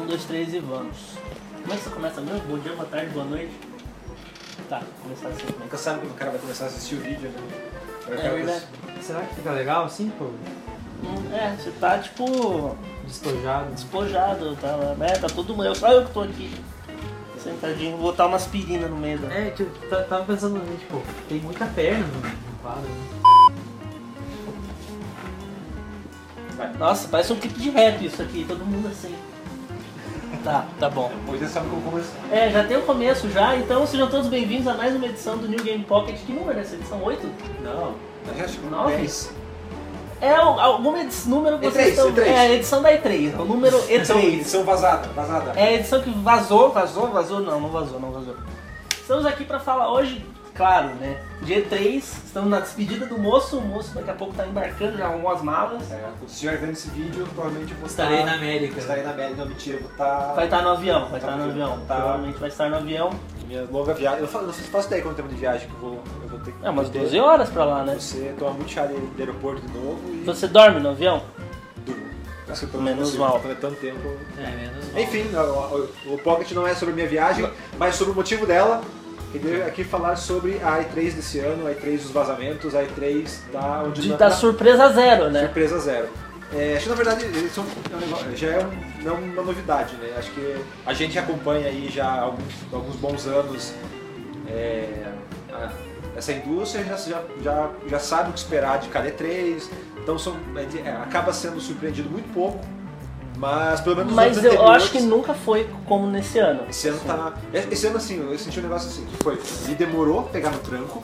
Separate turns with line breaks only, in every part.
Um, dois, três e vamos. Como é que você começa mesmo? Bom dia, boa tarde, boa noite. Tá, começar assim. Né?
Nunca sabe quando o cara vai começar a assistir o vídeo, né? Pra
É
cara-
verdade.
Será que fica legal assim, pô?
Hum, É, você tá tipo
Despojado.
despojado, tá, né? tá todo mundo. Eu, só eu que tô aqui. Sentadinho, vou botar uma aspirina no meio da.
É, tipo, tá- tava pensando, né, tipo, tem muita perna no, no quadro. né?
Nossa, parece um clipe de rap isso aqui, todo mundo assim. Tá, tá bom.
Hoje você sabe como começar.
É, já tem o começo já, então sejam todos bem-vindos a mais uma edição do New Game Pocket. Que número é essa? Edição 8?
Não. Já chegou no
Nove?
10.
É o- algum edi- número que vocês
E3,
estão.
E3.
É, a edição da E3, o número
Edição,
E3.
edição vazada, vazada.
É a edição que vazou, vazou, vazou, não, não vazou, não vazou. Estamos aqui pra falar hoje, claro, né? Dia 3, estamos na despedida do moço, o moço daqui a pouco tá embarcando, já arrumou as malas.
É, Se estiver vendo esse vídeo, provavelmente eu vou
Ah. Estarei
estar-
na América.
Estarei na América, não, mentira, eu vou estar...
Vai estar no avião, vai estar no
Tá.
avião,
Tá.
provavelmente vai estar no avião.
Minha longa viagem... Eu fa- não sei se faço ideia quanto tempo de viagem que eu vou, eu vou ter que...
É umas
ter.
12 horas pra lá, né?
Você toma muito chá de, de aeroporto de novo e...
Você dorme no avião?
Durmo. Acho que eu tô-
Menos
não sei,
mal.
quando É tanto tempo...
É, menos mal.
Enfim, o- o, o Pocket não é sobre minha viagem, mas sobre o motivo dela. E veio aqui falar sobre a E3 desse ano, a E3 dos vazamentos, a E3 da... Onde tá
De,
na-
da Tá
na-
surpresa zero, né?
Surpresa zero. É, acho que na verdade isso é um- é um negócio- já é um- não uma novidade, né? Acho que a gente acompanha aí já há alguns, alguns bons anos é, a- essa indústria, já, já, já, já sabe o que esperar de cada E3, então são, é, acaba sendo surpreendido muito pouco, mas pelo menos os
Mas
anos
eu
anteriores-
acho que nunca foi como nesse ano.
esse ano tá. Esse ano assim, eu senti um negócio assim, que foi. Ele demorou a pegar no tranco,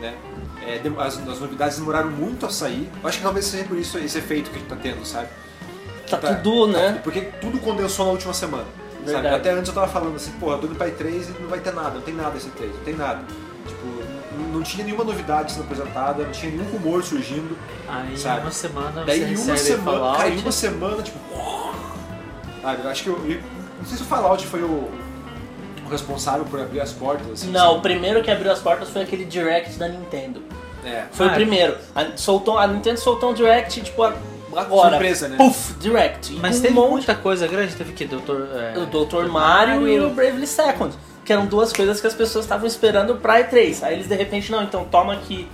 né? É, dem- as, as novidades demoraram muito a sair. Eu acho que talvez seja por isso esse efeito que a gente tá tendo, sabe?
Tá
Tá.
tudo, né?
Porque tudo condensou na última semana. Sabe?
Verdade.
Até antes eu tava falando assim, porra, eu tô indo pra E3 e não vai ter nada, não tem nada esse E3, não tem nada. Tipo, n- não tinha nenhuma novidade sendo apresentada, não tinha nenhum rumor surgindo.
Aí
Sabe?
uma semana
Daí
você
em uma
recebe
semana,
Fallout.
cara, em uma semana, tipo. Sabe, eu acho que eu, eu- Não sei se o Fallout foi o, o responsável por abrir as portas. Assim,
Não, o primeiro que abriu as portas foi aquele direct da Nintendo.
assim. É.
Foi
Ah,
o primeiro. A, soltou, a Nintendo soltou um direct, tipo, a- agora.
Surpresa, né?
Puff, direct. E
Mas
um
teve
monte.
muita coisa grande, teve que Doutor. É...
O Dr. Mario e o Bravely Second. Que eram duas coisas que as pessoas estavam esperando pra E3. Aí eles de repente, não, então toma aqui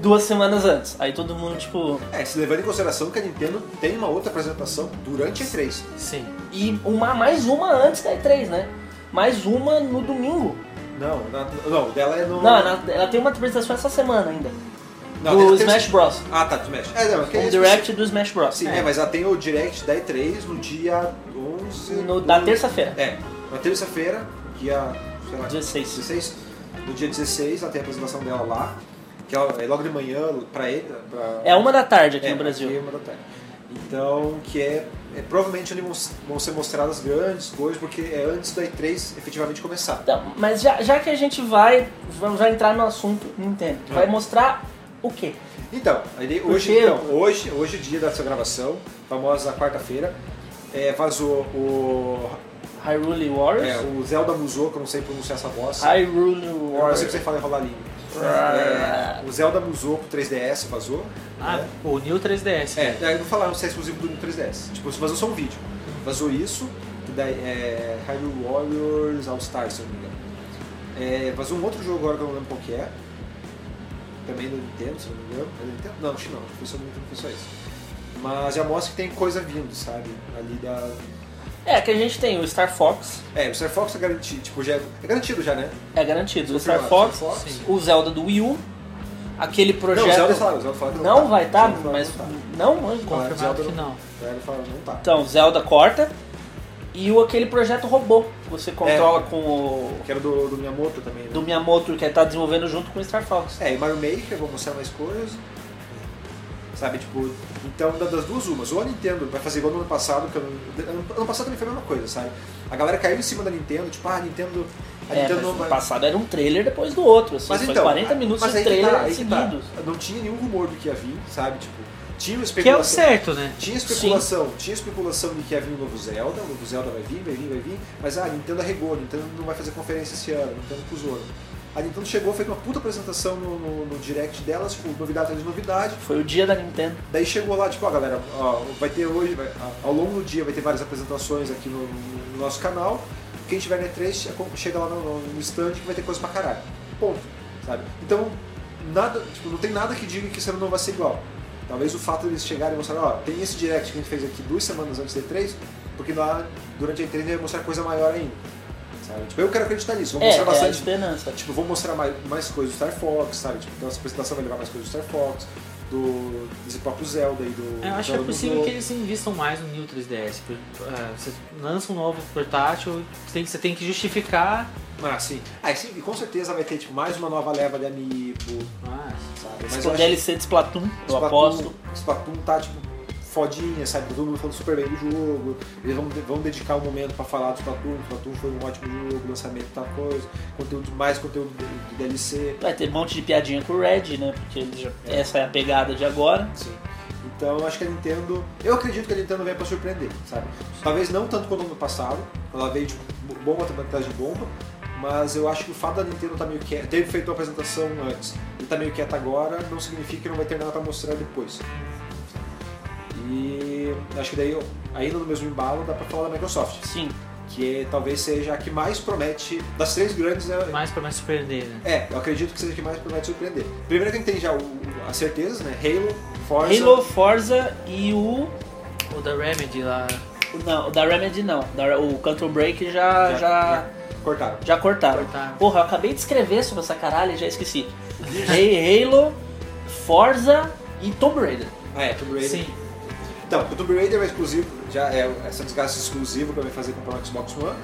duas semanas antes. Aí todo mundo, tipo.
É, se levando em consideração que a Nintendo tem uma outra apresentação durante a E3.
Sim.
E uma, mais uma antes da E3, né? Mais uma no domingo.
Não, na- não, dela é no.
Não, ela, ela tem uma apresentação essa semana ainda.
Não,
do
deve ter-
Smash Bros.
Ah, tá, do Smash. É, não, que é
Um
isso.
direct do Smash Bros.
Sim, é. mas ela tem o direct da E3 no dia 11.
No- da
do-
terça-feira.
É, na terça-feira, dia. Sei lá,
16.
16. No dia 16, ela tem a apresentação dela lá. Que ela- é logo de manhã pra ele. Pra...
É uma da tarde aqui
É,
no Brasil.
aqui é uma da tarde. Então, que é, é provavelmente onde vão, s- vão ser mostradas grandes coisas, porque é antes da E3 efetivamente começar.
Então, mas já, já que a gente vai, vamos já entrar no assunto Nintendo. Vai mostrar o quê?
Então, aí hoje,
Porque-
então, hoje, hoje, dia dessa gravação, famosa quarta-feira, é, vazou o,
Hyrule Warriors?
é, o Zelda Musou, que eu não sei pronunciar essa voz.
Hyrule
Eu não sei o
Warriors.
que É, você fala enrolar a língua. É, o Zelda Musou pro 3DS vazou.
Ah,
né?
o New 3DS.
É, daí eu vou falar, não sei se é exclusivo do 3DS. Tipo, vazou só um vídeo. Vazou isso, que daí é Hyrule Warriors All Stars, se eu não me engano. É, vazou um outro jogo agora que eu não lembro qual que é. Também do Nintendo, se eu não me engano. É do Nintendo? Não, acho que não. Acho que Foi só do Nintendo, foi só isso. Mas já mostra que tem coisa vindo, sabe? Ali da...
É, que a gente tem o Star Fox,
É, o Star Fox é garantido, tipo, já é, é garantido já, né?
é garantido. O Star
Confirmado,
Fox,
Star Fox.
Sim.
o Zelda do Wii U, aquele
Não, o Zelda
projeto.
falaram, o Zelda falaram que
não
tá.
vai estar,
O Zelda falaram
mas.
que não tá.
Não, mas-
Claro.
Confirmado
Zelda
que não.
O Zelda falaram não tá.
Então, Zelda corta. E o aquele projeto robô, que
É.
você controla com o.
Que era do, do Miyamoto também, né?
Do Miyamoto, que ele tá desenvolvendo junto com o Star Fox.
É, e Mario Maker, vou mostrar mais coisas. Sabe, tipo, então da- das duas umas. Ou a Nintendo vai fazer igual no ano passado, que eu não- ano, ano passado também foi a mesma coisa, sabe? A galera caiu em cima da Nintendo, tipo, ah, a Nintendo. A
É, mas
Nintendo Então, não
no
vai-
passado era um trailer depois do outro, assim, foi 40
a-
minutos
mas
de
aí que
trailer
tá, aí que tá.
seguidos.
Não tinha nenhum rumor do que ia vir, sabe? Tipo, tinha uma
Que é o
especulação.
certo, né?
Tinha especulação, tinha especulação de que ia vir o novo Zelda, o novo Zelda vai vir, vai vir, vai vir, mas ah, a Nintendo arregou, a Nintendo não vai fazer conferência esse ano, a Nintendo cusou. A Nintendo chegou, fez uma puta apresentação no, no- no direct delas, tipo, novidade atrás de novidade.
Foi o dia da Nintendo.
Daí chegou lá, tipo, ó galera, ó, vai ter hoje, vai- ao longo do dia vai ter várias apresentações aqui no, no nosso canal. Quem tiver na E3, che- chega lá no, no stand que vai ter coisa pra caralho. Ponto, sabe? Então, nada, tipo, não tem nada que diga que isso não vai ser igual. Talvez o fato deles chegarem e mostrar, ó, tem esse direct que a gente fez aqui duas semanas antes da E3, porque lá, durante a E3 a gente vai mostrar coisa maior ainda. Sabe? Tipo, eu quero acreditar nisso, vou
É, é
mostrar
a
bastante
esperança.
Tipo, vou mostrar mais, mais coisas do Star Fox, sabe? Tipo, então essa apresentação vai levar mais coisas do Star Fox, do, desse próprio Zelda e do.
Eu acho que é
Zelda
possível
Go.
que eles invistam mais no New 3DS. por- ah, Você lança um novo portátil, você tem, que- você tem que justificar.
Ah, sim. Ah, e sim, e com certeza vai ter tipo, mais uma nova leva de Amiibo,
Ah,
sabe?
Esse DLC de Splatoon, eu
Splatoon-
aposto.
Splatoon tá, tipo, fodinha, sabe? Todo mundo falando super bem do jogo. Eles vão, vão dedicar um momento pra falar do Splatoon. Splatoon foi um ótimo jogo, lançamento tal coisa. Conteúdo, mais conteúdo de, de DLC.
Vai ter um monte de piadinha com o Red, né? Porque ele já- essa é a pegada de agora.
Sim. Então eu acho que a Nintendo. Eu acredito que a Nintendo venha pra surpreender, sabe? Talvez não tanto quanto ano passado, ela veio tipo, bomba atrás de bomba, mas eu acho que o fato da Nintendo tá meio quieta, ter feito a apresentação antes e tá meio quieta agora, não significa que não vai ter nada pra mostrar depois. E acho que daí, ainda no mesmo embalo, dá pra falar da Microsoft,
Sim,
que é- talvez seja a que mais promete, das três grandes, é,
mais pra mais surpreender, né?
é, eu acredito que seja a que mais promete surpreender. Primeiro que a gente tem já o- as certezas, né? Halo, Forza.
Halo, Forza e o...
O da Remedy lá.
Não, o da Remedy não. Da- o Control Break já, já, já,
cortaram.
cortaram.
Cortaram.
Porra, eu acabei de escrever sobre essa caralho e já esqueci. Hey, Halo, Forza e Tomb Raider.
Ah, é, Tomb Raider.
Sim.
Então, o Tomb Raider é exclusivo, já é essa desgraça exclusiva que eu vai fazer comprar o Xbox One.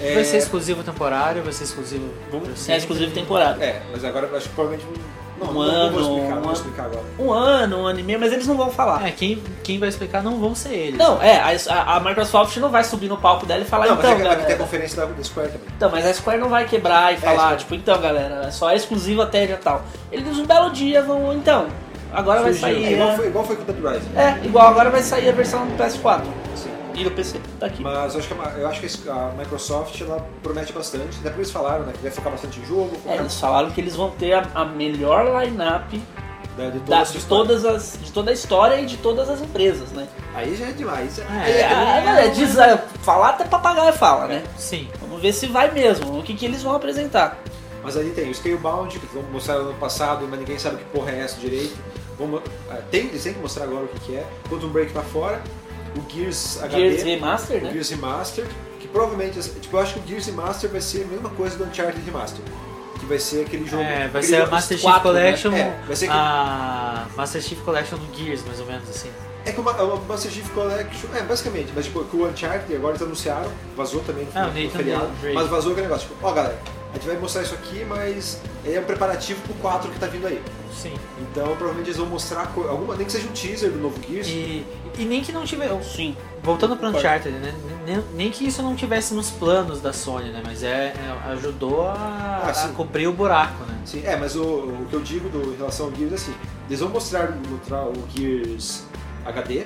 É,
Vai ser exclusivo temporário, vai ser exclusivo.
Vamos-
pra
É
sempre.
exclusivo temporada.
É, mas agora eu acho que provavelmente um. Não,
Um
não,
ano,
vou explicar, não
um
vou
ano.
explicar agora.
Um ano, um ano e meio, mas eles não vão falar.
É, quem, quem vai explicar não vão ser eles.
Não, é, a- a, a Microsoft não vai subir no palco dela e falar,
não, mas
então,
é que vai ter É a
galera.
conferência da, da Square também.
Então, mas a Square não vai quebrar e falar,
Square.
tipo, então, galera, só é exclusivo até já tal. Eles um belo dia vão, então, agora vai
É,
sair. né?
igual,
a-
foi, igual foi com o Dead Rising.
É, igual agora vai sair a versão do PS4
Sim.
e do PC. Tá aqui.
assim. Mas eu acho que, a, eu acho que a Microsoft ela promete bastante. Até porque eles falaram, né? Que vai focar bastante em jogo,
É,
focar
eles falaram que eles vão ter a, a melhor lineup
da- de todas
da,
as
de,
histórias.
todas as, de toda a história e de todas as empresas, né?
Aí já é demais.
É,
É,
é, é, diz, é, falar até papagaio fala, né?
Sim.
Vamos ver se vai mesmo, o que, que eles vão apresentar.
Mas aí tem o Scalebound, que vamos mostrar no ano passado, mas ninguém sabe que porra é essa direito. Vamos, ah, tem, eles têm que mostrar agora o que, que é. Quantum Break tá fora. O Gears HD,
Gears Remaster,
o
né?
Gears Remaster, que provavelmente, tipo, eu acho que o Gears Remaster vai ser a mesma coisa do Uncharted Remaster. Que vai ser aquele jogo...
É, vai
aquele
ser a
jogo-
Master Chief
quatro, né?
Collection.
É, vai ser aquele-
A Master Chief Collection do Gears, mais ou menos assim.
É que uma, uma Master Chief Collection... É, basicamente, mas tipo, que o Uncharted agora eles anunciaram, vazou também no,
Ah, o
no
Nathan
feriado,
Drake.
mas vazou aquele negócio, tipo, ó galera, a gente vai mostrar isso aqui, mas é um preparativo pro 4 que tá vindo aí.
Sim.
Então provavelmente eles vão mostrar co- alguma, nem que seja um teaser do novo Gears.
E, e nem que não tiver.
Sim.
Voltando pro Uncharted, né? Nem, nem que isso não tivesse nos planos da Sony, né? Mas é, é- ajudou a,
Ah, sim.
a cobrir o buraco, né?
Sim, é, mas o, o que eu digo do, em relação ao Gears é assim, eles vão mostrar o, tra- o Gears HD, né?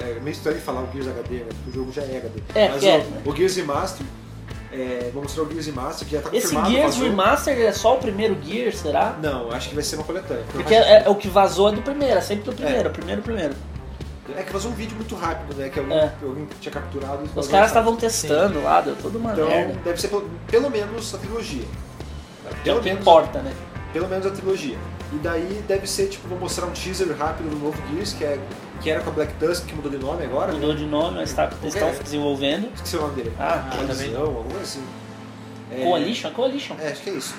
É meio estranho falar o Gears HD, né? Porque o jogo já é HD.
É,
mas
porque é, né?
o, o Gears Remaster, é, vão mostrar o Gears Remaster, que já tá
Esse
confirmado.
Gears
vazou.
Remaster é só o primeiro Gears, será?
Não, acho que vai ser uma coletânea.
Porque é, é o que vazou é do primeiro, é sempre do primeiro, primeiro, primeiro.
É que vazou um vídeo muito rápido, né? Que alguém,
É.
alguém tinha capturado. e
Os
vazou,
caras
sabe?
estavam testando lá, deu toda uma
Então
merda.
deve ser pelo, pelo menos a trilogia.
Que é o que importa, né?
pelo menos a trilogia. E daí deve ser, tipo, vou mostrar um teaser rápido do novo Gears, que, é, que era com a Black Tusk, que mudou de nome agora. né?
Mudou de nome, mas tá, eles
é.
estão desenvolvendo.
Esqueci o nome dele.
Ah,
Ah, também
Colisão,
não.
alguma assim. É,
Coalition, é Coalition.
É, acho que é isso.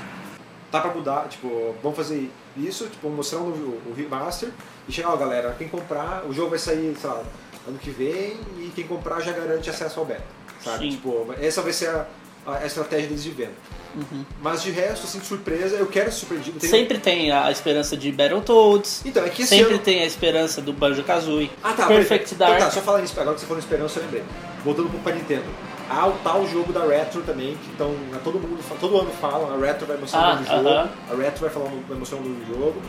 Tá pra mudar, tipo, vamos fazer isso, tipo, vamos mostrar o, novo- o remaster e chegar, ó galera, quem comprar, o jogo vai sair, sei lá, ano que vem e quem comprar já garante acesso ao beta. Sabe?
Sim.
Tipo, essa vai ser a, a estratégia deles de venda.
Uhum.
Mas de resto, assim, de surpresa, eu quero ser surpreendido. Tem-
Sempre tem a esperança de Battletoads,
Então, é que esse
sempre
ano...
tem a esperança do Banjo-Kazooie,
Ah, tá.
Perfect
peraí.
Dark.
Então, tá, só falar nisso, agora que você falou em esperança, eu lembrei. Voltando pro pra Nintendo. Há o tal jogo da Retro também, que então, todo mundo, fa- todo ano falam, a Retro vai mostrar
Ah,
um novo jogo,
aham.
a Retro vai, falar, um- vai mostrar um novo jogo.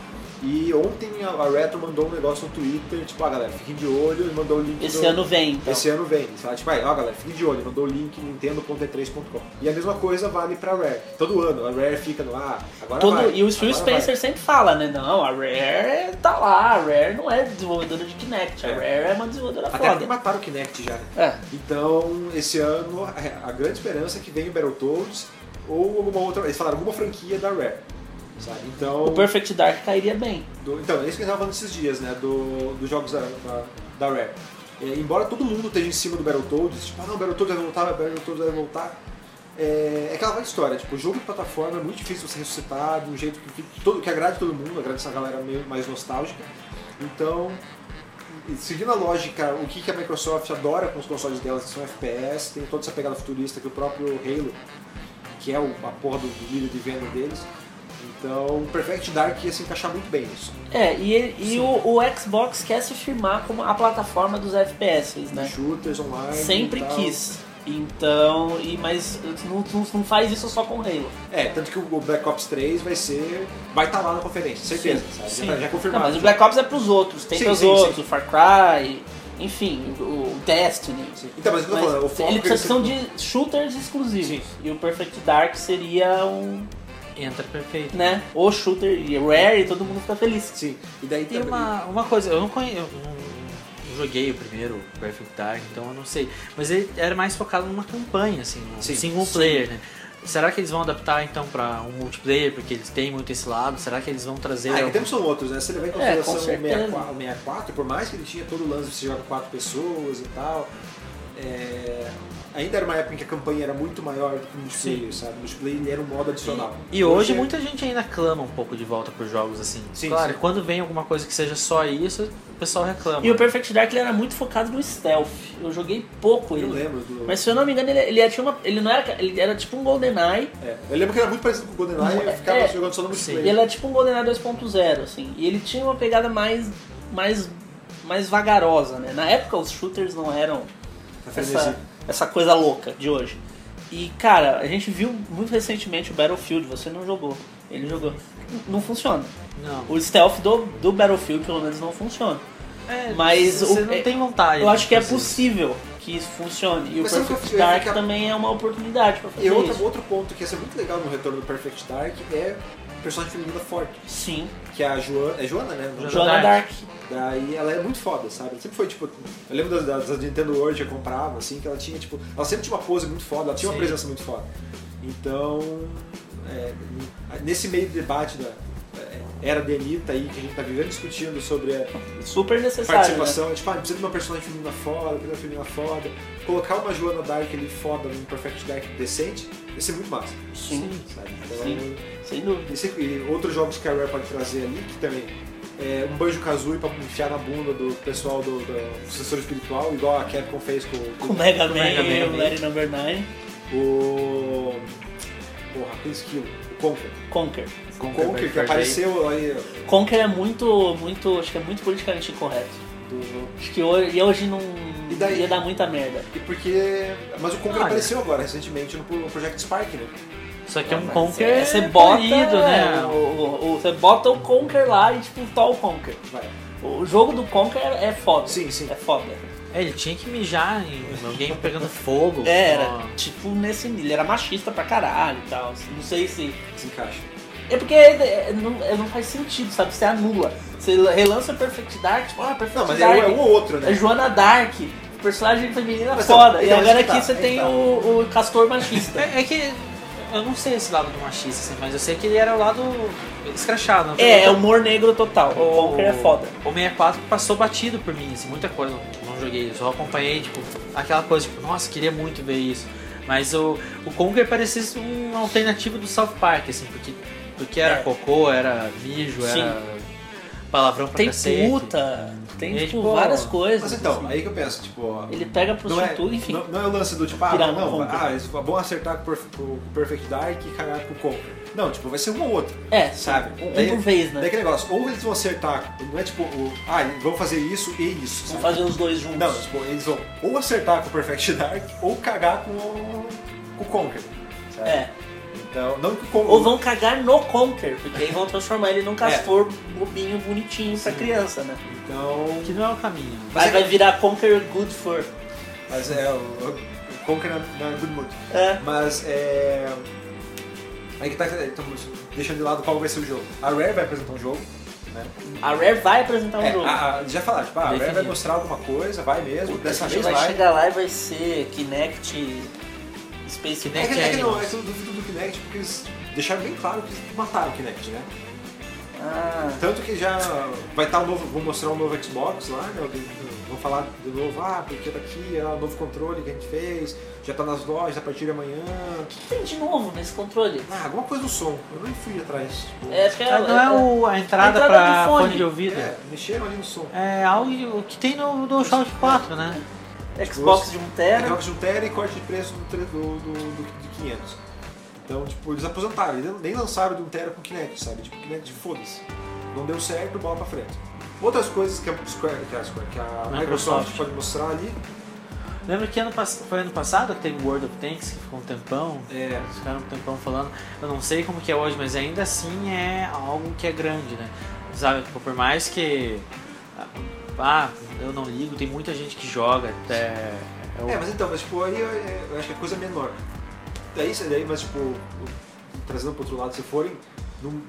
E ontem a a Retro mandou um negócio no Twitter, tipo, ah galera, fiquem de olho, e mandou o link
Esse
do-
ano vem, então.
Esse ano vem. Você fala, tipo, aí, ó galera, fiquem de olho, mandou o link nintendo.e3.com. E a mesma coisa vale pra Rare. Todo ano, a Rare fica no, ah, agora
Todo-
vai.
e o Phil
agora vai."
Spencer sempre fala, né? Não, a Rare tá lá, a Rare não é desenvolvedora de Kinect, a
É.
Rare é uma desenvolvedora
Até porque
foda.
mataram o Kinect já, né?
É.
Então, esse ano, a a grande esperança é que venha o Battletoads ou alguma outra. Eles falaram alguma franquia da Rare. Sabe? Então,
O Perfect Dark cairia bem.
do- então, é isso que eu estava falando esses dias, né? do- dos jogos da, da, da Rare. É, embora todo mundo esteja em cima do Battletoads, tipo, ah não, Battletoads vai voltar, Battletoads vai voltar. É, é aquela velha história, tipo, o jogo de plataforma é muito difícil você ressuscitar de um jeito que, que, todo, que agrade todo mundo, agrade essa galera meio mais nostálgica. Então, seguindo a lógica, o que que a Microsoft adora com os consoles delas, que são FPS, tem toda essa pegada futurista que o próprio Halo, que é o, a porra do, do líder de venda deles. Então, o Perfect Dark ia se encaixar muito bem nisso.
É, e, ele- e o, o Xbox quer se firmar como a plataforma dos FPS, né?
Shooters online.
Sempre
e tal.
quis. Então, e, mas não, não- não faz isso só com Halo.
É, tanto que o Black Ops 3 vai ser. Vai estar lá na conferência, certeza.
Sim,
sabe?
sim.
Já, tá- já é
Não,
confirmado.
mas o Black Ops é pros outros, tem
Sim,
pros
sim,
outros,
sim.
o Far Cry, enfim, o, o Destiny.
Sim. Então, mas o que eu tô
Mas
falando, o foco
ele
que eles-
precisa são de shooters exclusivos. E o Perfect Dark seria um,
Entra perfeito.
né, o shooter e rare e todo mundo fica feliz.
Sim, e daí Ah,
Tem
também-
uma, uma coisa, eu não conheço. Eu não, não joguei o primeiro Perfect Dark, então eu não sei. Mas ele era mais focado numa campanha, assim, no
Sim,
single
sim.
player, né? Será que eles vão adaptar então pra um multiplayer? Porque eles têm muito esse lado. Será que eles vão trazer.
Ah, e
algum-
um
temos são outros, né? Se ele vai em
É, com
consideração o
certeza.
64, o 64, por mais que ele tinha todo o lance de você jogar com quatro pessoas e tal, é, ainda era uma época em que a campanha era muito maior do que o multiplayer, sabe? O multiplayer ele era um modo adicional.
E hoje
é-
muita gente ainda clama um pouco de volta pros jogos assim.
Sim,
claro,
sim.
quando vem alguma coisa que seja só isso, o pessoal
Tá
reclama.
E o Perfect Dark ele era muito focado no stealth. Eu joguei pouco
Eu
ele.
lembro do...
né? Mas se eu não me engano, ele, ele tinha uma. Ele não era. Ele era tipo um GoldenEye.
É, eu lembro que era muito parecido com o GoldenEye e eu ficava
É,
jogando só no
sim.
E
multiplayer.
ele era tipo um GoldenEye 2.0, assim. E ele tinha uma pegada mais. mais. mais vagarosa, né? Na época os shooters não eram
Tá frenesi.
é essa, essa coisa louca de hoje. E, cara, a gente viu muito recentemente o Battlefield, você não jogou. Ele jogou. N- Não funciona.
Não.
O stealth do, do Battlefield, pelo menos, não funciona.
É,
Mas
você
o-
não
é-
tem vontade. tipo assim,
Eu acho que é
de fazer isso.
possível que isso funcione. E o
Mas sabe o que eu
Perfect
fico- eu
Dark
fico-
também é uma oportunidade pra fazer
E outro,
isso.
outro ponto que ia ser muito legal no retorno do Perfect Dark é o personagem feminina forte,
Sim.
que é a Joana, é Joana, né?
Joana
Joana Dark.
Dark.
Daí ela é muito foda, sabe? Ela sempre foi tipo. Eu lembro das, das, das Nintendo World que eu comprava, assim, que ela tinha, tipo. Ela sempre tinha uma pose muito foda, ela tinha uma
Sim.
presença muito foda. Então. é, nesse meio de debate da é, era de Anitta aí, que a gente tá vivendo discutindo sobre a
Super necessário. Né?
participação, é tipo, ah, precisa de uma personagem feminina foda, precisa de uma feminina foda. Colocar uma Joana Dark ali foda num Perfect Dark decente, ia ser muito massa,
Sim,
sabe? Então,
Sim. sem dúvida.
esse- e outros jogos que a Rare pode trazer ali, que também é um banjo kazooie pra enfiar na bunda do pessoal do, do sucessor espiritual, igual a Capcom fez com,
Com o Mega
Com
Man,
o Mega Man.
o Larry Number 9,
o. Porra, aquele esquilo, o Conker.
Conker.
O
Conker
Conker, que
Bad Fur
apareceu aí
Conker é muito, muito, acho que é muito politicamente incorreto.
do.
Acho que hoje, e hoje não
E daí?
ia dar muita merda.
E porque. Mas o Conker
Olha.
apareceu agora, recentemente, no pro- Project Spark, né?
Só que é um
Mas
conker.
é, Você bota,
polido,
né?
né?
o- o- o- você bota o Conker lá e tipo tá o Conker.
Vai.
O jogo do Conker é foda.
Sim, sim.
É foda.
É, ele tinha que mijar em alguém pegando fogo.
Era,
Ó,
tipo, nesse nível. Ele era machista pra caralho e tal. Não sei se.
Se encaixa.
É porque é, é, não, é, não faz sentido, sabe? Você anula. Você relança Perfect Dark, tipo, ah, Perfect
Não, mas é
Dark.
um, é um ou outro,
É
né?
Joana Dark, personagem feminina
Mas
foda.
tá,
E
então,
agora
aí que
aqui
tá,
você
aí
tem
que tá.
o, o castor machista.
É, é que eu não sei esse lado do machista, assim, mas eu sei que ele era o lado escrachado. não
É, é
tanto-
humor negro total. O Conker é foda.
O 64 passou batido por mim, assim, muita coisa, não, não joguei, só acompanhei, tipo, aquela coisa, tipo, nossa, queria muito ver isso. Mas o, o é Conker parecia ser uma alternativa um do South Park, assim, porque, porque era
É.
cocô, era mijo, era palavrão pra
é
Tem
cacete.
puta, tem
E,
tipo,
tipo,
várias coisas.
Mas então,
assim.
aí que eu penso, tipo. ó,
Ele pega a
Não é,
prostituta, enfim.
não- não é o lance do tipo, ah,
Virar
não, não,
um Conker.
ah, isso é bom acertar com o Perf- com o Perfect Dark e cagar com o Conker. Não, tipo, vai ser um ou outro,
é,
sabe? é,
Um
Daí-
por vez, né?
Daí que negócio, ou eles vão acertar, não é tipo, o, ah, eles vão fazer isso e isso.
Vamos
sabe?
fazer os dois juntos.
Não, tipo, eles vão ou acertar com o Perfect Dark ou cagar com o, com o Conker. sabe?
é.
Então, não que o Conker.
Ou vão cagar no Conker, porque aí vão transformar ele num castor bobinho, bonitinho pra
É. Sim.
criança, né?
Então.
Que não é o caminho.
Mas
Mas
vai
é-
virar Conker Good for.
Mas é, o, o Conker na, na Good Mood.
É.
Mas é. Aí que tá. então, deixando de lado qual vai ser o jogo. A Rare vai apresentar um jogo. Né?
A Rare vai apresentar um
É,
jogo.
a- a- já falaram, tipo, ah, a Rare vai
Definido.
mostrar alguma coisa, vai mesmo, dessa
A
vez
gente vai
vai.
chegar lá e vai ser Kinect Space
É
Kinect.
que,
Kinect
é que não,
Animals.
é que eu duvido do Kinect porque eles deixaram bem claro que eles mataram o Kinect, né?
Ah,
Tanto que já vai estar o novo, vou mostrar o novo Xbox lá, né? Alguém- Vou falar de novo, ah, porque daqui é o novo controle que a gente fez, já tá nas lojas a partir de amanhã.
o que tem de novo nesse controle?
Ah, alguma coisa do som, eu nem fui atrás. Tipo,
É, acho que é,
Ah, não é o- a entrada,
A entrada
pra
do fone.
fone. de ouvido.
é, mexeram ali no som.
É algo que tem no DualShock 4, né?
é Xbox de 1 tera.
Xbox de um tera e corte de preço do, tre- do, do, do- de 500. Então, tipo, eles aposentaram, eles nem lançaram de um tera com Kinect, sabe? Tipo, Kinect, foda-se. Não deu certo, bola pra frente. Outras coisas que a, Square, que a, Square, que a Microsoft.
Microsoft.
pode mostrar ali,
Lembra que ano, pass- foi ano passado que teve World of Tanks, que ficou um tempão?
é,
Os caras um tempão falando. Eu não sei como que é hoje, mas ainda assim é algo que é grande, né? Sabe, tipo, por mais que... Ah, eu não ligo, tem muita gente que joga até... eu-
É, mas então, mas tipo, aí eu, eu acho que é coisa menor. Daí, isso daí, mas tipo, o- trazendo pro outro lado, se forem, num,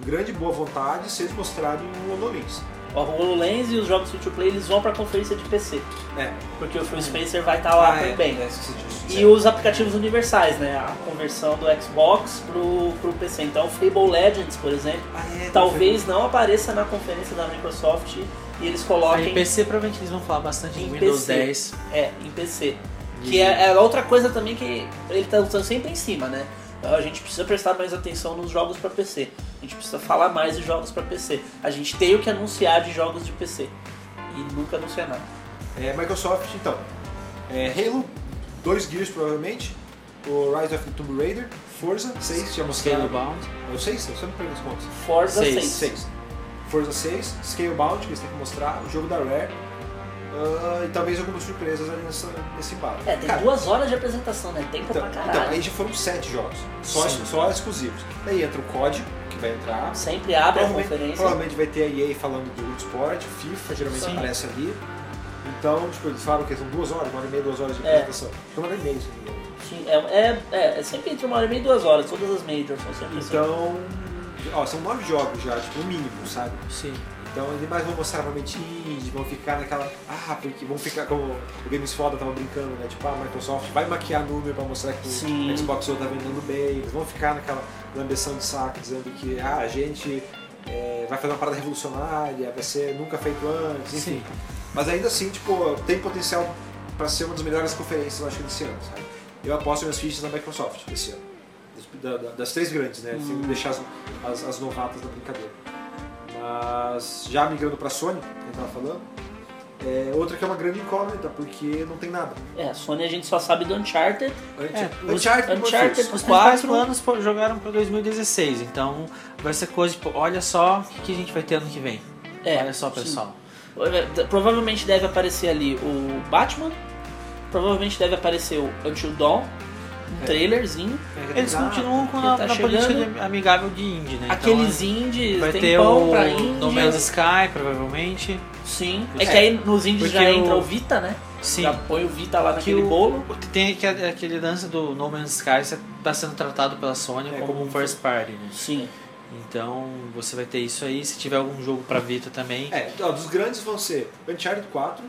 em grande boa vontade, se eles mostrarem o HoloLens.
Ó, o HoloLens e os jogos free to play eles vão pra conferência de PC.
É.
Porque o Phil Spencer vai estar Tá lá
é,
também.
é, esqueci disso.
E os aplicativos universais, né? A conversão do Xbox pro, pro PC. Então, Fable Legends, por exemplo,
Ah, é,
talvez não apareça na conferência da Microsoft e eles
Aí
coloquem
PC provavelmente eles vão falar bastante em
Em
Windows
PC.
10.
é, em PC. Que
E-
é, é outra coisa também que ele tá usando sempre em cima, né? A gente precisa prestar mais atenção nos jogos pra PC. A gente precisa falar mais de jogos pra PC. A gente tem o que anunciar de jogos de PC. E nunca anuncia nada.
É, Microsoft, então. É, Halo, 2 Gears provavelmente. O Rise of the Tomb Raider, Forza é 6, já mostraram.
Scalebound.
Eu sei, É eu sempre pergunto os pontos.
Forza
Seis.
6.
6. Forza 6, Scalebound, que eles têm que mostrar, o jogo da Rare. ah, e talvez algumas surpresas ali nessa, nesse embalo.
É, tem
Cara,
duas horas de apresentação, né? Tempo
Então,
pra
então,
caralho.
aí já foram sete jogos, só,
Sim.
só exclusivos. Daí entra o COD, que vai entrar.
Sempre abre a
Provavelmente,
conferência.
provavelmente vai ter a EA falando do esporte, FIFA geralmente
Sim.
aparece ali. Então, tipo, eles falam que são duas horas, uma hora e meia, duas horas de
É.
apresentação. É. Uma hora e meia, se não me engano.
Sim, É, é, é, é sempre entre uma hora e meia e duas horas, todas as majors são sempre assim.
Então, ó, são nove jogos já, tipo, o mínimo, sabe?
Sim.
Então, eles mais vão mostrar realmente indie, vão ficar naquela. Ah, porque vão ficar como o Games Foda tava brincando, né? Tipo, ah, a Microsoft vai maquiar número pra mostrar que
Sim.
o Xbox One tá vendendo bem. Eles vão ficar naquela lambeção de saco dizendo que ah, a gente é, vai fazer uma parada revolucionária, vai ser nunca feito antes, enfim.
Sim.
Mas ainda assim, tipo, tem potencial pra ser uma das melhores conferências, eu acho, que desse ano, sabe? Eu aposto minhas fichas na Microsoft desse ano. Da- da- das três grandes, né?
Hum.
Tem que deixar as, as, as novatas da brincadeira. Mas já migrando pra Sony, que eu tava falando, é, outra que é uma grande incógnita, porque não tem nada.
É, a Sony a gente só sabe do Uncharted.
Anti,
É,
é, Uncharted,
os-
Uncharted
Uncharted-
Os
Os quatro-
quatro planos pô- jogaram para 2016, então vai ser coisa tipo, olha só o que, que a gente vai ter ano que vem.
É,
olha só,
sim.
pessoal.
Provavelmente deve aparecer ali o Batman. Provavelmente deve aparecer o Until Dawn. Um
É.
trailerzinho.
Eles continuam com
ele
a,
tá
na política
chegando.
de- amigável de indie, né? Então,
Aqueles indies,
vai
tem
ter
pão
o
pra indie.
No Man's Sky, provavelmente.
Sim.
Isso.
É que aí nos indies
Porque
já entra
o-
o Vita, né?
Sim.
Já põe o Vita lá
Que
naquele
o-
bolo.
Tem aque- aquele lance do No Man's Sky está sendo tratado pela Sony
É,
como
como
um first party, né?
Sim.
Então você vai ter isso aí. Se tiver algum jogo pra Vita também,
É, ó, dos grandes vão ser Uncharted 4,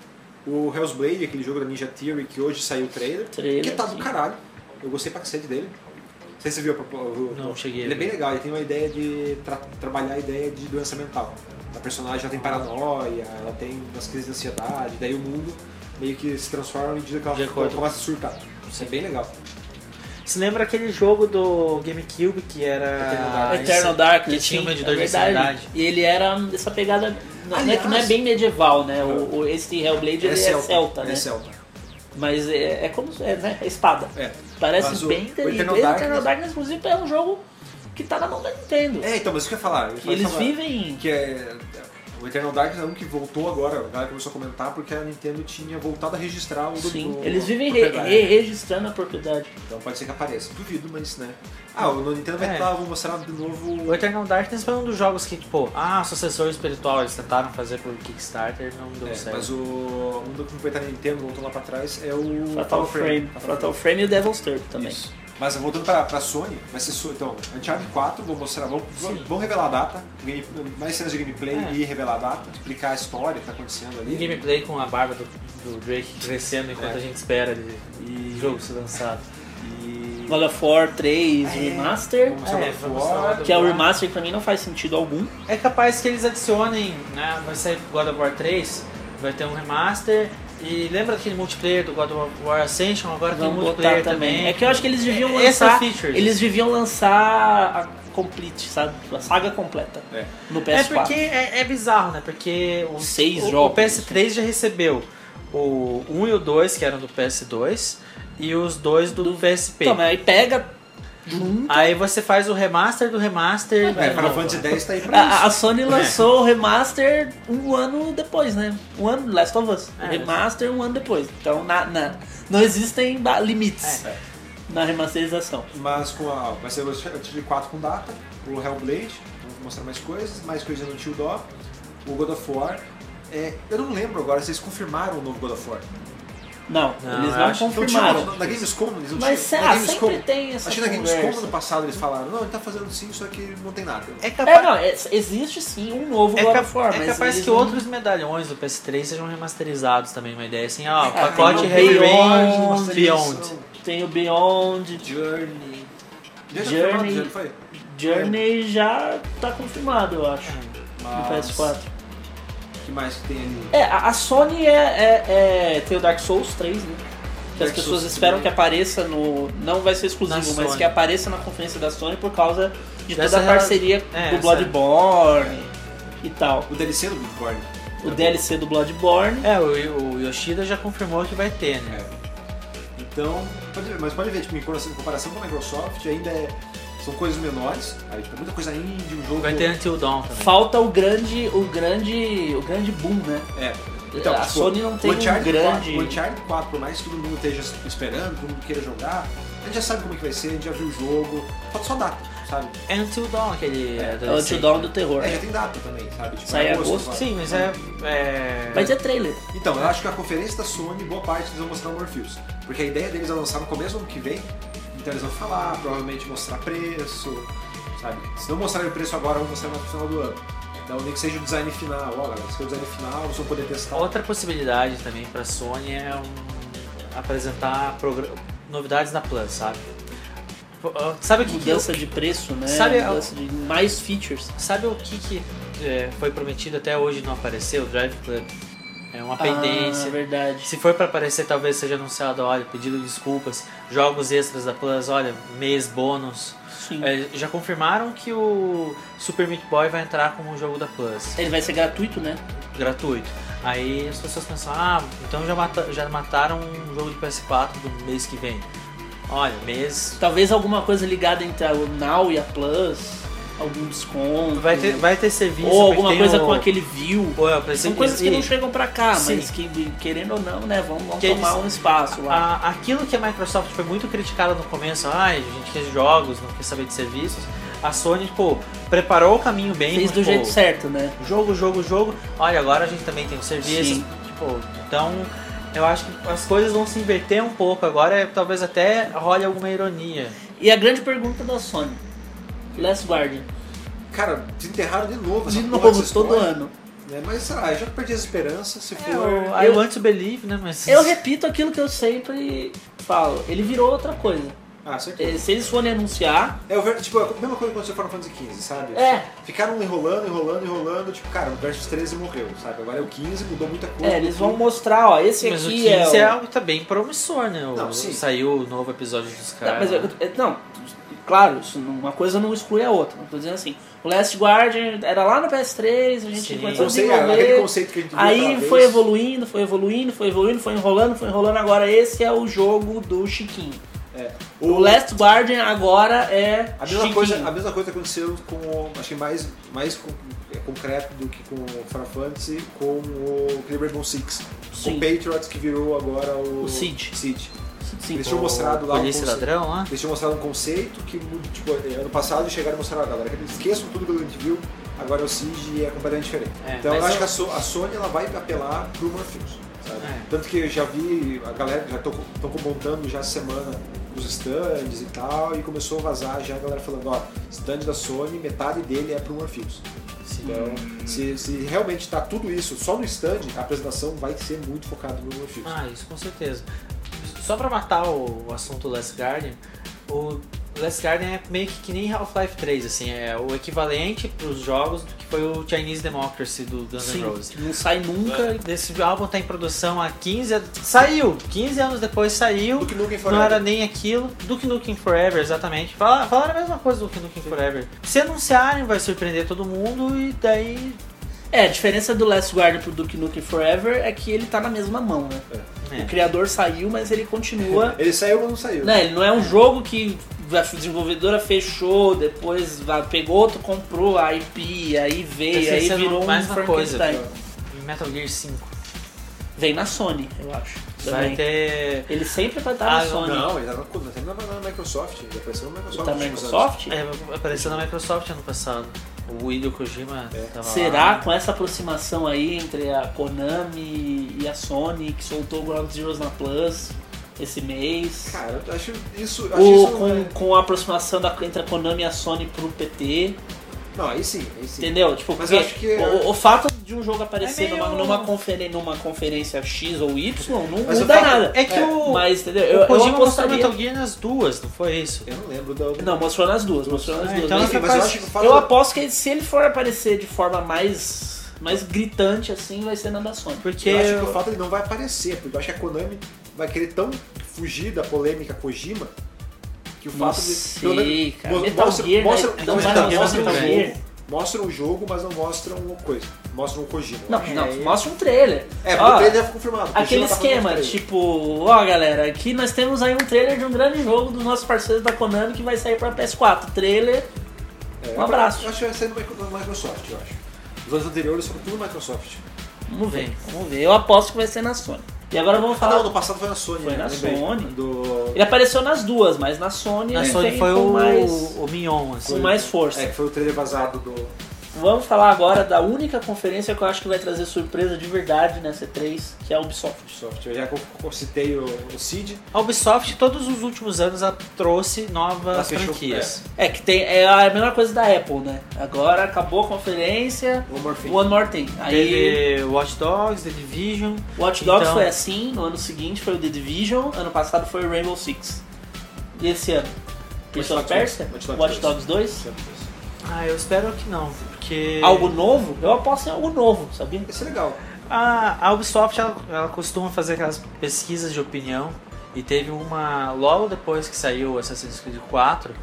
o Hellsblade, aquele jogo da Ninja Theory que hoje saiu o trailer,
Trailer,
que tá do
sim.
caralho. Eu gostei pra cacete dele. Não sei se você viu. o- o- o-
Não, cheguei a
Ele é
ver.
bem legal, ele tem uma ideia de tra- trabalhar a ideia de doença mental. A personagem ela tem paranoia, ela tem umas crises de ansiedade, daí o mundo meio que se transforma e diz que ela
De acordo.
começa a surtar. Isso é bem legal.
Você lembra aquele jogo do GameCube que
Eternal
era.
Dark.
Eternal Dark,
que tinha um
sim,
medidor
é
de
verdade.
ansiedade.
E ele era dessa pegada. não- não é que não é
Aliás-
bem medieval, né? O, o- esse Hellblade ele é, celta, né?
É Celta.
Mas é, é como é, né? É espada.
É.
Parece
Mas o-
bem
o
inteligente.
Eternal
Eternal
Darkness-
Darkness, inclusive, é um jogo que tá na mão da Nintendo.
É, então, mas isso que eu ia falar. eu ia
e eles
falar-
vivem.
que é O Eternal Darkness é um que voltou agora, a galera começou a comentar porque a Nintendo tinha voltado a registrar o
Sim,
o-
eles vivem
a
re-
propriedade.
re-registrando a propriedade.
Então pode ser que apareça. Duvido, mas né. Ah, o Nintendo vai
É.
estar, vou mostrar de novo.
O Eternal Darkness foi um dos jogos que, tipo, ah, sucessor espiritual, eles tentaram fazer por Kickstarter, não deu
É,
certo.
mas o um do que vai estar na Nintendo, voltando lá pra trás, é o
Fatal Frame. Fatal Frame e o Devil's Turbo também.
Isso. Mas voltando pra, pra Sony, vai ser Sony. Então, Uncharted 4, vou mostrar, vão, vão-
Sim.
vão revelar a data, game- mais cenas de gameplay
É.
e revelar a data, explicar a história que tá acontecendo ali.
Um gameplay com a barba do, do Drake crescendo enquanto
É.
a gente espera ele, o jogo ser lançado.
E.
God of War 3
É.
Remaster,
Vamos mostrar
É,
God of
vai
War,
mostrar lá do-
que é o remaster que pra mim não faz sentido algum.
É capaz que eles adicionem, né? Vai sair God of War 3, vai ter um remaster. E lembra daquele multiplayer do God of War Ascension? Agora tem
Vamos
multiplayer
botar
também.
também. É que eu acho que eles deviam
É, extra
lançar.
features.
Eles deviam lançar a complete, sabe? A saga completa
É.
no PS4.
É porque é, é bizarro, né? Porque o,
Seis
o,
jogos.
o PS3 já recebeu o 1 e o 2, que eram do PS2, e os dois do, PSP.
Então, mas aí pega junto.
Aí você faz o remaster do remaster.
É,
de
Final
novo.
Fantasy X tá aí pra isso.
A, a
É.
Sony lançou o remaster um ano depois, né? Um ano, Last of Us.
É.
remaster um ano depois. Então na, na- não existem ba- limites
É.
na remasterização.
Mas com a, vai ser o Uncharted 4 com data, o Hellblade, vamos mostrar mais coisas, mais coisas no Tio Dó, o God of War. É, eu não lembro agora se eles confirmaram o novo God of War.
Não,
Não,
eles
eu
não
acho que não
Então,
confirmaram.
na, na Gamescom, eles não
Mas
tinham-
ah,
na Gamescom,
sempre tem essa
Acho que na
conversa.
Gamescom no passado eles falaram, não, ele tá fazendo sim, só que não tem nada.
É
É,
capaz,
não, é- existe sim um novo
é
God
cap-
of War,
é
mas
capaz
eles
que
não-
outros medalhões do PS3 sejam remasterizados também. Uma ideia assim,
É,
ó, o
Ah,
pacote
tem o
Heavy
Beyond,
Rain Beyond.
Tem o Beyond,
Journey. Já
Journey.
Journey. Journey foi?
Journey já tá confirmado, eu acho, no
Mas,
PS4.
O que mais que tem ali?
É, a a Sony é, é- é- tem o Dark Souls 3, né? Que as
Dark
pessoas
Souls
esperam
3.
que apareça no. Não vai ser exclusivo,
Na
mas
Sony.
que apareça na conferência da Sony por causa de
Dessa
toda a parceria
é,
do
essa-
Bloodborne e tal.
O DLC do Bloodborne.
O DLC do Bloodborne.
É, o, o Yoshida já confirmou que vai ter, né?
É. Então, pode ver, mas pode ver, tipo, em comparação, em comparação com a Microsoft, ainda é, são coisas menores. Aí, tipo, muita coisa indie, um jogo...
Vai ter Until Dawn também.
Falta o grande. o grande. o grande boom, né?
É.
A Sony não tem
o Uncharted
um grande-
4, o Uncharted 4, por mais que todo mundo esteja tipo, esperando, todo mundo queira jogar, a gente já sabe como é que vai ser, a gente já viu o jogo, falta só data, sabe?
É Until Dawn aquele.
É,
É o
adolescente.
Until Dawn do Terror.
É, já tem data também, sabe? Tipo,
Sai
é
em agosto,
agora.
Sim, mas é. é...
Mas é trailer.
Então, eu acho que a conferência da Sony, boa parte eles vão mostrar o Morpheus. Porque a ideia deles é lançar no começo do ano que vem, então eles vão falar, provavelmente mostrar preço, sabe? Se não mostrarem o preço agora, vão mostrar mais no final do ano. Então, nem que seja o design final, ó, galera, esse aqui é o design final, vocês vão poder testar.
Outra possibilidade também pra Sony é um- apresentar progra- novidades na Plus, sabe? Pô, ah, Sabe o que, que eu-
Mudança de preço, né?
Sabe a-
Mudança de mais features.
sabe o que, que é, foi prometido até hoje e não apareceu? O Drive Club. É uma
Ah,
pendência.
verdade.
Se for pra aparecer, talvez seja anunciado, olha, pedido de desculpas, jogos extras da Plus, olha, mês bônus.
Sim.
É, já confirmaram que o Super Meat Boy vai entrar como um jogo da Plus.
Ele vai ser gratuito, né?
gratuito. Aí as pessoas pensam, ah, então já, mata- já mataram um jogo de PS4 do mês que vem. Olha, mês.
Talvez alguma coisa ligada entre a Now e a Plus, algum desconto. né?
Vai ter, vai ter serviço.
ou
porque
alguma
tem
coisa
o-
com aquele view.
Pô, eu pensei
São coisas que não chegam pra cá,
Sim.
mas que, querendo ou não, né, vão, vão
Que eles- Ah,
tomar um espaço lá.
A- aquilo que a Microsoft foi muito criticada no começo, ai, a gente quer jogos, não quer saber de serviços. A Sony, pô, preparou o caminho bem.
Fez do
tipo,
jeito certo, né?
Jogo, jogo, jogo. Olha, agora a gente também tem os serviços.
Sim.
Tipo, então eu acho que as coisas vão se inverter um pouco agora, talvez até role alguma ironia.
E a grande pergunta da Sony. Last Guardian.
Cara, desenterraram de novo essa
De
porra
novo,
dessa
todo
história,
ano.
né? Mas, sei lá, eu já perdi as esperanças, se
É,
for...
o I
Eu-
want to believe, né? Mas.
Eu repito aquilo que eu sempre falo. Ele virou outra coisa.
Ah, certeza.
Eh, Se eles forem anunciar,
É, o ver- tipo, a mesma coisa que aconteceu com Final Fantasy XV, sabe?
É.
Ficaram enrolando, enrolando, enrolando, tipo, cara, o Versus 13 morreu, sabe? Agora é o 15, mudou muita coisa.
é, eles vão mostrar, ó, esse
Uhum. Mas o
aqui
15
é. o-
é algo tá bem promissor, né? O-
Não, sim.
Saiu o novo episódio dos
Não,
caras.
Tá, mas eu- eu- não, claro, isso não- uma coisa não exclui a outra. Não tô dizendo assim, o Last Guardian era lá no PS3, a gente
Sim.
começou a
Não sei, aquele
desenvolver.
conceito que a gente viu
Aí
aquela vez,
foi evoluindo, foi evoluindo, foi evoluindo, foi enrolando, foi enrolando. Agora esse é o jogo do Chiquinho.
É.
O Last Guardian agora é
A mesma,
Chiquinho.
coisa, a mesma coisa aconteceu com. Acho que mais. mais com, é, concreto do que com o Final Fantasy, com o Clear Rainbow Six.
Sim.
O Patriots que virou agora o,
O Siege.
Siege.
Sim,
Eles tinham mostrado lá o
Polícia e
conceito.
Ladrão lá?
Eles tinham mostrado um conceito que, tipo, ano passado chegaram e mostraram, ah, galera, que eles esqueçam tudo que a gente viu, agora é o Siege e é completamente diferente.
É,
então eu
mas
acho
eu-
que a, So- a Sony ela vai apelar pro Morpheus, sabe?
É.
Tanto que eu já vi, a galera já estão montando já essa semana os stands e tal, e começou a vazar já a galera falando, ó, stand da Sony, metade dele é pro Morpheus.
Sim.
Então, se, se realmente tá tudo isso só no stand, a apresentação vai ser muito focada no Morpheus.
Ah, isso com certeza. Só pra matar o, o assunto Last Guardian, o Last Guardian é meio que, que nem Half-Life 3, assim, é o equivalente pros jogos do que foi o Chinese Democracy do Guns N' Roses.
Sim, não sai nunca.
Desse álbum tá em produção há 15 an- Saiu! 15 anos depois saiu.
Do que nunca
Não era nem aquilo. Duke Nukem Forever, exatamente. Fala- Falaram a mesma coisa do Duke Nukem Forever. Se anunciarem, vai surpreender todo mundo e daí...
É, a diferença do Last Guardian pro Duke Nukem Forever é que ele tá na mesma mão, né? O
É.
criador saiu, mas ele continua.
Ele saiu ou não saiu?
né, ele não é um jogo que a desenvolvedora fechou, depois vai- pegou outro, comprou a IP, aí veio,
Tá
aí
sendo
virou
mais
um
uma coisa,
Frankenstein.
Metal Gear 5.
Vem na Sony, eu acho.
Vai
também.
ter...
Ele sempre vai estar
Ah,
na Sony.
Não, ele tava até na, na Microsoft, ele apareceu na Microsoft.
Da
nos últimos
Microsoft?
É, apareceu na Microsoft ano passado. O Hideo Kojima
É.
tava
Será
tá lá.
com essa aproximação aí entre a Konami e a Sony, que soltou o Ground Zeroes na Plus esse mês?
anos. Cara, eu acho isso. Acho
Ou
isso
com,
é-
com a aproximação da, entre a Konami e a Sony pro PT,
Não, aí sim, aí sim.
entendeu? Tipo,
Mas
porque
eu acho que- é-
o, o fato de um jogo aparecer
É meio-
numa, numa, conferen- numa conferência X ou Y não
Mas eu
muda
falo-
nada.
É que
É,
o,
Mas, entendeu?
o
Eu, eu
Kojima mostrou
apostaria...
Metal Gear nas duas, não foi isso?
Eu não lembro da.
Não, mostrou nas duas, mostrou nas
Ah,
duas.
então
Mas-
Enfim, mas É, eu acho que o fato-
Eu aposto que se ele for aparecer de forma mais, mais gritante assim, vai ser na da Sony.
Porque
eu acho que o fato ele não vai aparecer, porque eu acho que a Konami vai querer tão fugir da polêmica Kojima que o
Não
fato de.
sei,
pelo menos-
cara. Metal Gear, né? Não
mostra-
vai mostrar
mostra
Metal
o
Gear.
jogo. Mostram o jogo, mas não mostram uma coisa. Mostram o Kojima. eu
Não,
acho.
não, mostra um trailer.
É,
Ó,
porque ele deve confirmado. Kojima
Aquele
tá falando
esquema,
pra ele.
tipo, ó galera, aqui nós temos aí um trailer de um grande jogo dos nossos parceiros da Konami que vai sair pra PS4. Trailer,
É,
um abraço.
Eu acho que vai sair do Micro- do Microsoft, eu acho. Os anos anteriores foram tudo Microsoft.
vamos ver, vamos ver. Eu aposto que vai ser na Sony. E agora vamos
Ah,
falar.
não, no passado foi na Sony.
Foi
né?
na
Lembrei.
Sony.
Do...
Ele apareceu nas duas, mas na Sony
na
ele
Sony
tem
foi
com
o,
mais,
o Mignon,
com
assim.
mais força.
É, que foi o trailer vazado do.
Vamos falar agora da única conferência que eu acho que vai trazer surpresa de verdade nessa E3, que é a Ubisoft.
Ubisoft. Eu já co- co- citei o, o Cid.
A Ubisoft, todos os últimos anos, ela trouxe novas
Ela fechou-
franquias.
É que tem é a mesma coisa da Apple, né? Agora acabou a conferência,
O Morphin.
One More Thing. é. Aí
Teve Watch Dogs, The Division.
Watch Dogs
Então-
foi assim, no ano seguinte foi o The Division, ano passado foi o Rainbow Six. E esse ano? Prince of
Dogs
Persia?
dois. Watch Dogs
Watch
dois.
Dogs 2?
Ah, eu espero que não, porque...
Algo novo? Eu aposto em algo novo, sabia?
Isso é legal.
A, a Ubisoft ela, ela costuma fazer aquelas pesquisas de opinião e teve uma logo depois que saiu Assassin's Creed 4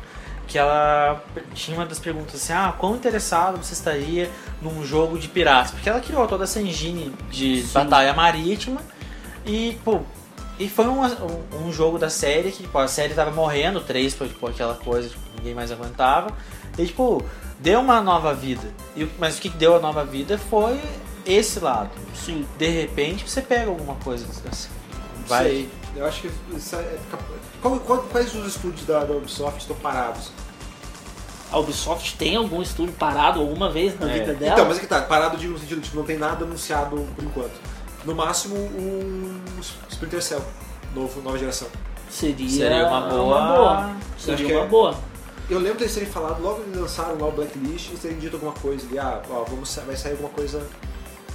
que ela tinha uma das perguntas assim, ah, quão interessado você estaria num jogo de piratas? Porque ela criou toda essa engine de
Sim.
batalha marítima e, pô, e foi um, um jogo da série que, pô, a série tava morrendo, três foi, tipo, aquela coisa, tipo, ninguém mais aguentava. E, tipo, deu uma nova vida. E, o- mas o que deu a nova vida foi esse lado
Sim.
de repente você pega alguma coisa assim. Vai.
Sei. Eu acho que. isso é capaz- Qual- qual- quais os estúdios da, da Ubisoft estão parados?
A Ubisoft tem algum estúdio parado alguma vez na
É.
vida dela?
Então, mas é que tá. Parado de um sentido, tipo, não tem nada anunciado por enquanto. No máximo, um Splinter Cell. Novo, nova geração.
Seria,
Seria é uma boa.
Uma boa.
Acho
Seria
que
uma
é.
boa.
Eu lembro deles terem falado, logo eles lançaram lá o Blacklist, eles terem dito alguma coisa ali, ah, ó, vamos, sa- vai sair alguma coisa.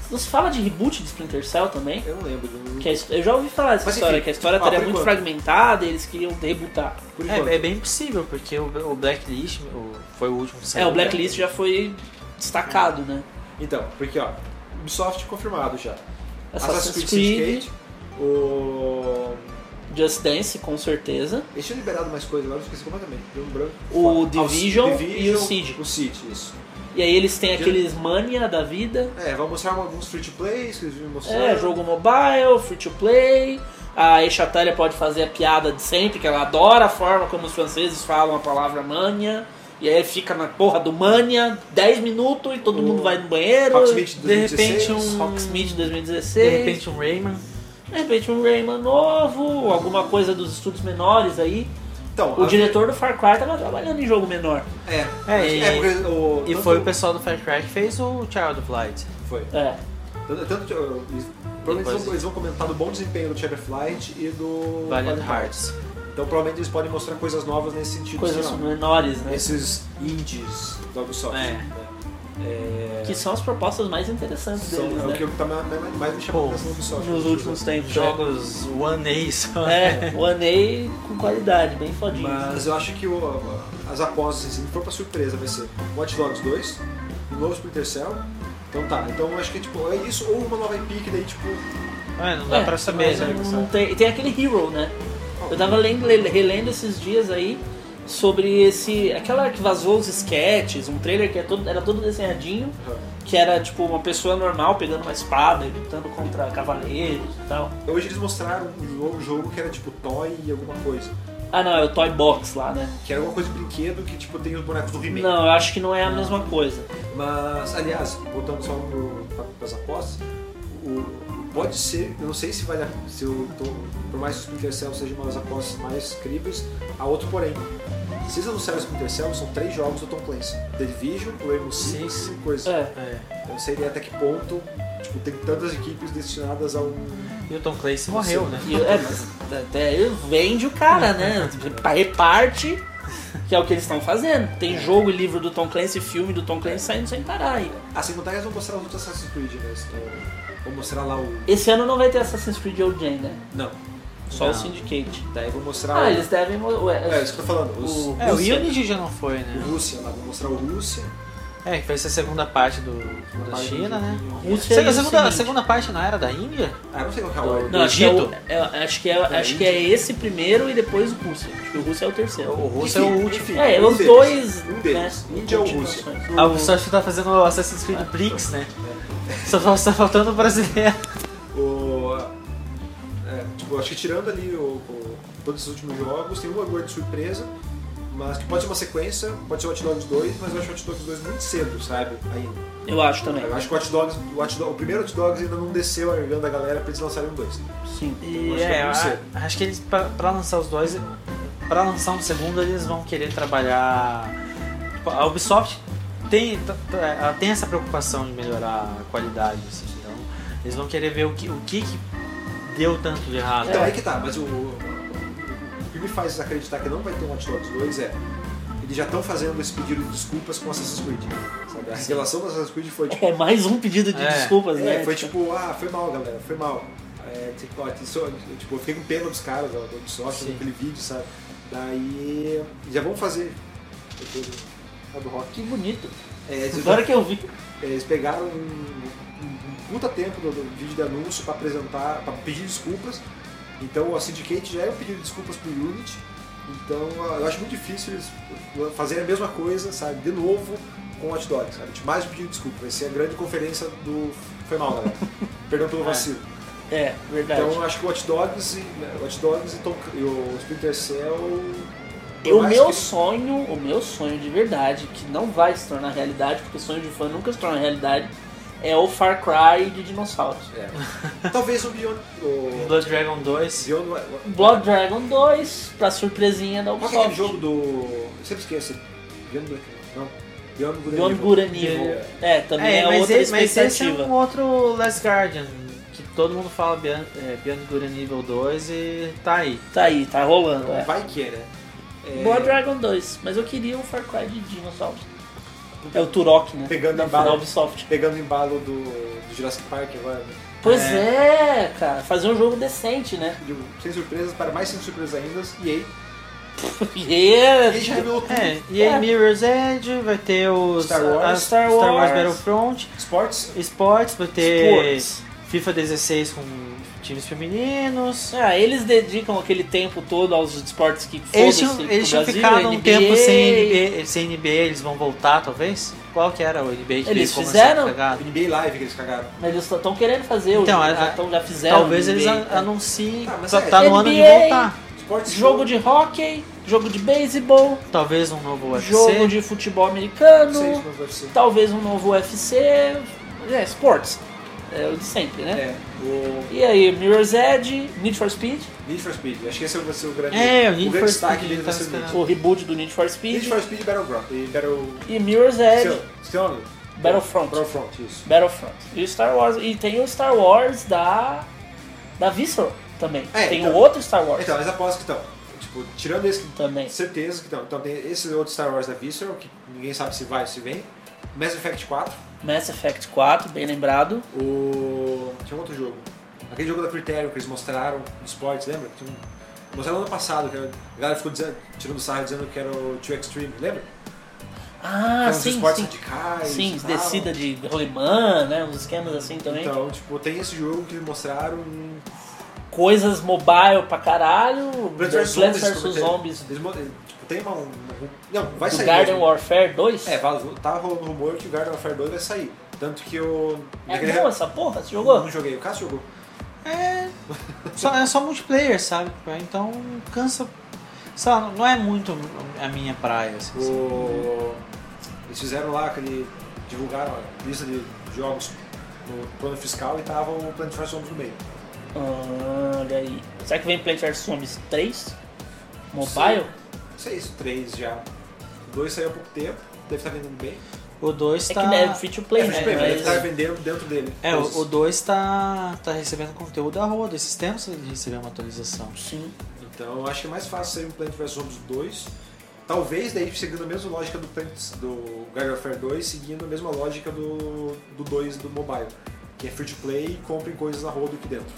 Não se fala de reboot de Splinter Cell também?
Eu não lembro. não-
Que a his- eu já ouvi falar dessa
Mas,
história,
enfim,
que a história
ah,
estaria
por
muito
enquanto.
fragmentada e eles queriam debutar.
Por enquanto.
É, é bem possível, porque o, o Blacklist o- foi o último que saiu. né?
É, o Blacklist já foi destacado, né?
Então, porque ó, Ubisoft confirmado já.
Assassin's, Creed,
Syndicate, o.
Just Dance, com certeza.
Eles tinham liberado mais coisas agora, eu esqueci completamente. Deu um branco.
O
Foda.
Division
Ah,
e o Siege.
O Cid, isso.
E aí eles têm
Já-
aqueles Mania da vida.
É, vai mostrar alguns free to plays que eles viram mostrar.
É, jogo mobile, free to play. A Eixatália pode fazer a piada de sempre, que ela adora a forma como os franceses falam a palavra mania. E aí fica na porra do Mania 10 minutos e todo mundo vai no banheiro.
Rocksmith
De repente
2016.
um.
Rocksmith 2016.
De repente um Rayman.
De repente um Rayman novo, alguma coisa dos estúdios menores aí.
Então,
O
a-
diretor do Far Cry tava trabalhando em jogo menor.
É,
É, e-
porque o,
E
tanto-
foi o pessoal do Far Cry que fez o Child of Light.
Foi.
É.
Tanto, tanto, eu- eles- provavelmente eles vão, eles vão comentar do bom desempenho do Shadow Flight e do
Valiant Hearts.
Então provavelmente eles podem mostrar coisas novas nesse sentido.
Coisas
assim, ó.
menores, né?
Esses indies da Ubisoft.
É.
né? É,
Que são as propostas mais interessantes
são-
deles,
é o
né?
que tá ma- ma- mais me chamando a
Pô,
atenção da Ubisoft.
Nos últimos tempos. né?
Jogos One A só.
É, o Anei com qualidade, bem fodinho.
Mas eu acho que o- as apostas, assim, se for pra surpresa, vai ser Watch Dogs 2, o novo Splinter Cell. Então tá, então eu acho que tipo, é isso, ou uma nova IP que daí tipo.
É, não dá
É,
pra saber,
mas
né?
não tem, e tem aquele Hero, né? Eu tava lendo- le- relendo esses dias aí sobre esse. aquela que vazou os sketches, um trailer que é todo- era todo desenhadinho, que era tipo uma pessoa normal pegando uma espada e lutando contra cavaleiros e tal.
Hoje eles mostraram um novo jogo que era tipo Toy e alguma coisa.
Ah não, é o Toy Box lá, né?
Que era alguma coisa de brinquedo que tipo tem os bonecos do He-Man.
Não, eu acho que não é a mesma coisa.
Mas, aliás, voltando só pro- pra- pras apostas, o- pode ser, eu não sei se vale a, se eu tô, por mais que o Splinter Cell seja uma das apostas mais críveis, há outro porém. Se eles anunciaram o Splinter Cell, são três jogos do Tom Clancy. The Division, o Rainbow Six
Six.
e coisa.
É.
É.
Eu não sei nem até que ponto, tipo, tem tantas equipes destinadas a um...
E o Tom Clancy morreu, né?
E eu- é, mas até ele vende o cara, né? Pa- Reparte, que é o que eles estão fazendo. Tem jogo e livro do Tom Clancy, filme do Tom Clancy saindo sem parar aí.
Ah, sem contar que eles vão mostrar os outros Assassin's Creed, né? Então, Vão mostrar lá o...
Esse ano não vai ter Assassin's Creed Old Jane, né?
Não,
Só
Não.
o Syndicate.
daí vão mostrar
Ah,
o...
eles devem. mo- ué,
É, isso que eu tô falando. Os...
O-
É, o
Rússia.
Unity já não foi,
o
né?
Rússia lá, vão mostrar o Rússia.
É, que vai ser a segunda parte do, da
parte
China,
do-
né?
Rússia
Será
e
que a
o
segunda, a
seguinte.
segunda parte não era da Índia?
Ah, eu não sei qual que é a ordem.
Não, acho que, é o,
Egito?
é, acho, que é, acho que é esse primeiro e depois o Rússia. Acho que o Rússia é o terceiro.
O russo é o último.
Enfim,
É,
um
os
deles.
dois.
Um deles.
Né,
Índia ou Rússia?
continuações.
A Ubisoft tá fazendo o Assassin's Creed Bricks, né? Só tá, só tá faltando o brasileiro.
O, é, tipo, acho que tirando ali o, o- todos esses últimos jogos, tem uma grande surpresa, mas que pode ser uma sequência, pode ser Watch Dogs 2, mas eu acho Watch Dogs 2 muito cedo, sabe? Ainda.
Eu acho também.
Eu acho que o Watch Dogs, o, Watch Dogs, o primeiro Watch Dogs ainda não desceu a garganta da galera pra eles lançarem um 2.
Sim.
E
Acho que
é,
vai ser.
a- acho que eles, pra, pra lançar os dois, pra lançar um segundo, eles vão querer trabalhar. tipo, A Ubisoft tem, tá- tá- ela tem essa preocupação de melhorar a qualidade, assim, então eles vão querer ver o que, o que, que deu tanto de errado.
É.
Então aí que tá, mas o, o que me faz acreditar que não vai ter um Watch Dogs 2 é. Eles já estão fazendo esse pedido de desculpas com Assassin's Creed. Sabe? A relação do Assassin's Creed foi tipo.
É mais um pedido de
É.
desculpas,
É,
né?
foi tipo, ah, foi mal, galera, foi mal. É, tipo, ó, isso- eu, tipo, eu fiquei com pena dos caras da da Ubisoft,
Sim.
naquele vídeo, sabe? Daí, já vamos fazer. Depois do- do rock.
Que bonito.
É, eles,
Agora que eu vi.
eles pegaram um, um- um puta tempo do, do vídeo de anúncio pra apresentar, pra pedir desculpas. Então, a Syndicate já é um pedido de desculpas pro Unity. Então, ah, eu acho muito difícil eles fazerem a mesma coisa, sabe? De novo com o Hot Dog, sabe? De Mais um pedido de desculpa. Vai ser a grande conferência do. Foi mal, galera. Perdão pelo
É.
vacilo.
É, verdade.
Então eu acho que o Watch Dogs e, né, Watch Dogs e, Tom- e o Splinter Cell. por
E o
mais
meu
que-
sonho, o meu sonho de verdade, que não vai se tornar realidade, porque sonho de fã nunca se torna realidade, é o Far Cry de dinossauros.
É. Talvez o Beyond. O
Blood Dragon 2.
Beyond o-
Blood Dragon 2, pra surpresinha da
Qual que é aquele
Ubisoft.
jogo do. Eu sempre esqueço. Beyond Black. Não. Beyond Good and
Beyond
Evil.
Good and Evil. É, também é,
mas,
outra
e- mas esse é
expectativa.
um outro Last Guardian, que todo mundo fala Beyond, é, Beyond Good and Evil 2 e tá aí.
Tá aí, tá rolando, é.
Vai que é, né? É,
Blood Dragon 2, mas eu queria um Far Cry de dinossauros. É o Turok, né?
Pegando
da,
em bala.
da Ubisoft.
Pegando o embalo do, do Jurassic Park agora. né?
Pois é. cara, fazer um jogo decente, né?
De, sem surpresas, para mais sem surpresas ainda, EA.
Yeah.
EA já revelou tudo.
É, e aí
É.
Mirror's Edge, vai ter os
Star Wars.
as- Star Wars,
Star Wars.
Battlefront,
Sports.
Sports, vai ter
Sports.
FIFA 16 com times femininos.
Ah, eles dedicam aquele tempo todo aos esportes que foda-se
Eles tinham,
pro
eles tinham
Brasil,
ficado um
NBA.
tempo sem NBA, sem NBA, eles vão voltar talvez? Qual que era o NBA que
Eles
ficou mais
fizeram?
apagado?
NBA Live que eles cagaram.
Mas eles estão querendo fazer,
Então,
então,
a-
já,
a-
tão- já fizeram.
Talvez
NBA,
eles
tá?
a- anunciem,
Ah, mas
tá,
é,
tá no ano de
NBA.
voltar.
Esportes
Jogo de hóquei, jogo de beisebol,
Talvez um novo UFC.
jogo de futebol americano,
Seis no UFC.
talvez um novo UFC, é, esportes. É o de sempre, né?
É, o
E aí, Mirror's Edge, Need for Speed,
Need for Speed. Acho que esse vai ser o grande,
É, o Need
o
for
grande destaque
Speed,
dele
tá
vai ser o Need.
esperando.
o reboot do Need for Speed,
Need for Speed Battleground. E Battle...
e Mirror's Edge,
Seu- Seu nome?
Battlefront.
Battlefront, isso.
Battlefront. E o Star Wars. E tem o Star Wars da. Da Visceral também.
É,
tem
então-
o outro Star Wars
Então, mas aposto que estão. Tipo, tirando esse
também.
Certeza que não. Então tem esse outro Star Wars da Visceral, que ninguém sabe se vai ou se vem. Mass Effect 4.
Mass Effect 4, bem lembrado.
O... Tinha um outro jogo. Aquele jogo da Criterion que eles mostraram no esportes, lembra? Tinha um... Mostraram ano passado, que a galera ficou dizendo, tirando sarro dizendo que era o Too Extreme, lembra?
Ah,
Eram Então, os
sim,
esportes
sim.
radicais.
Sim,
e tal.
descida de rolimã, né? Uns esquemas assim também.
Então, tipo, tem esse jogo que mostraram. em-
Coisas mobile pra caralho.
vs. Zombies,
vs
como tem.
Zombies.
Eles mo- Tipo, tem uma. um- um- Não, vai
Do
sair.
Garden
mesmo.
Warfare 2.
É, vai- tá rolando rumor que o Garden Warfare 2 vai sair. Tanto que o.
É boa essa porra? Você jogou?
Não joguei, o Cássio jogou.
É. Só, é só multiplayer, sabe? Então cansa. Sei lá, não é muito a minha praia. Assim,
É
sabe?
O... Eles fizeram lá aquele. divulgaram a lista de jogos no plano fiscal e tava o Plant vs Zombies no meio.
Olha aí. Será que vem Plant vs Zombies 3? Mobile?
Não sei isso, três já. O dois saiu há pouco tempo, deve estar vendendo bem.
O 2
É
tá.
que né, é free to play,
é,
né?
mas... deve estar
Mas...
vendendo dentro dele.
É,
Pois,
o 2 tá, tá recebendo conteúdo a roda. Esses tempos ele recebeu uma atualização.
Sim.
Então eu acho que é mais fácil sair um Plant vs Zombies 2. Talvez daí seguindo a mesma lógica do Plant do Garden Warfare 2, seguindo a mesma lógica do, do 2 do mobile. Que é free to play e comprem coisas na roda aqui dentro.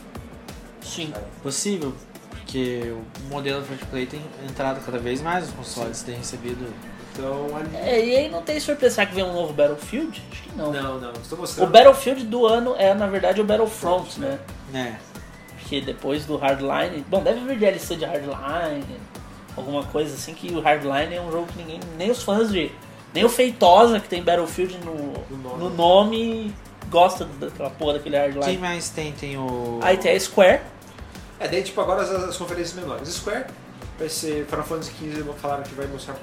Sim.
Possível, porque o modelo free to play tem entrado cada vez mais, os consoles têm recebido.
Então ali.
É, e aí não tem surpresa Será que vem um novo Battlefield? Acho que não.
Não, não, estou
O
mostrando.
Battlefield do ano é, na verdade, o Battlefront, né?
né?
Porque depois do Hardline... Bom, deve vir DLC de Hardline, alguma coisa assim, que o Hardline é um jogo que ninguém... Nem os fãs de... Nem o Feitosa, que tem Battlefield no,
No nome.
no nome, gosta daquela porra daquele
Quem
Hardline.
mais tem? Tem o.
Aí tem a Square.
É, daí tipo agora as, as conferências menores. Square vai ser Final Fantasy XV, vão- falaram que vai mostrar.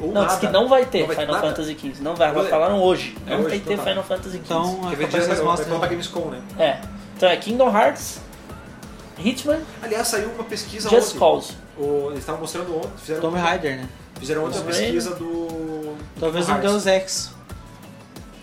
Ou
Não,
nada.
diz que não vai ter
Não vai ter
Final
nada?
Fantasy XV. Não vai,
Olha.
falaram hoje.
É
não
hoje,
vai ter
então tá.
Final Fantasy XV.
Então, é
Quer ver,
capaz que
já
eles
vai, vai
mostrem.
contar Gamescom, né?
É. Então é Kingdom Hearts, Hitman,
Aliás, saiu uma pesquisa
Just
ontem.
Cause.
O- eles estavam mostrando ontem, fizeram,
Tomb Raider, né?
fizeram ontem a
Tomb Raider.
pesquisa do.
Talvez
do
um
Hearts.
Deus Ex.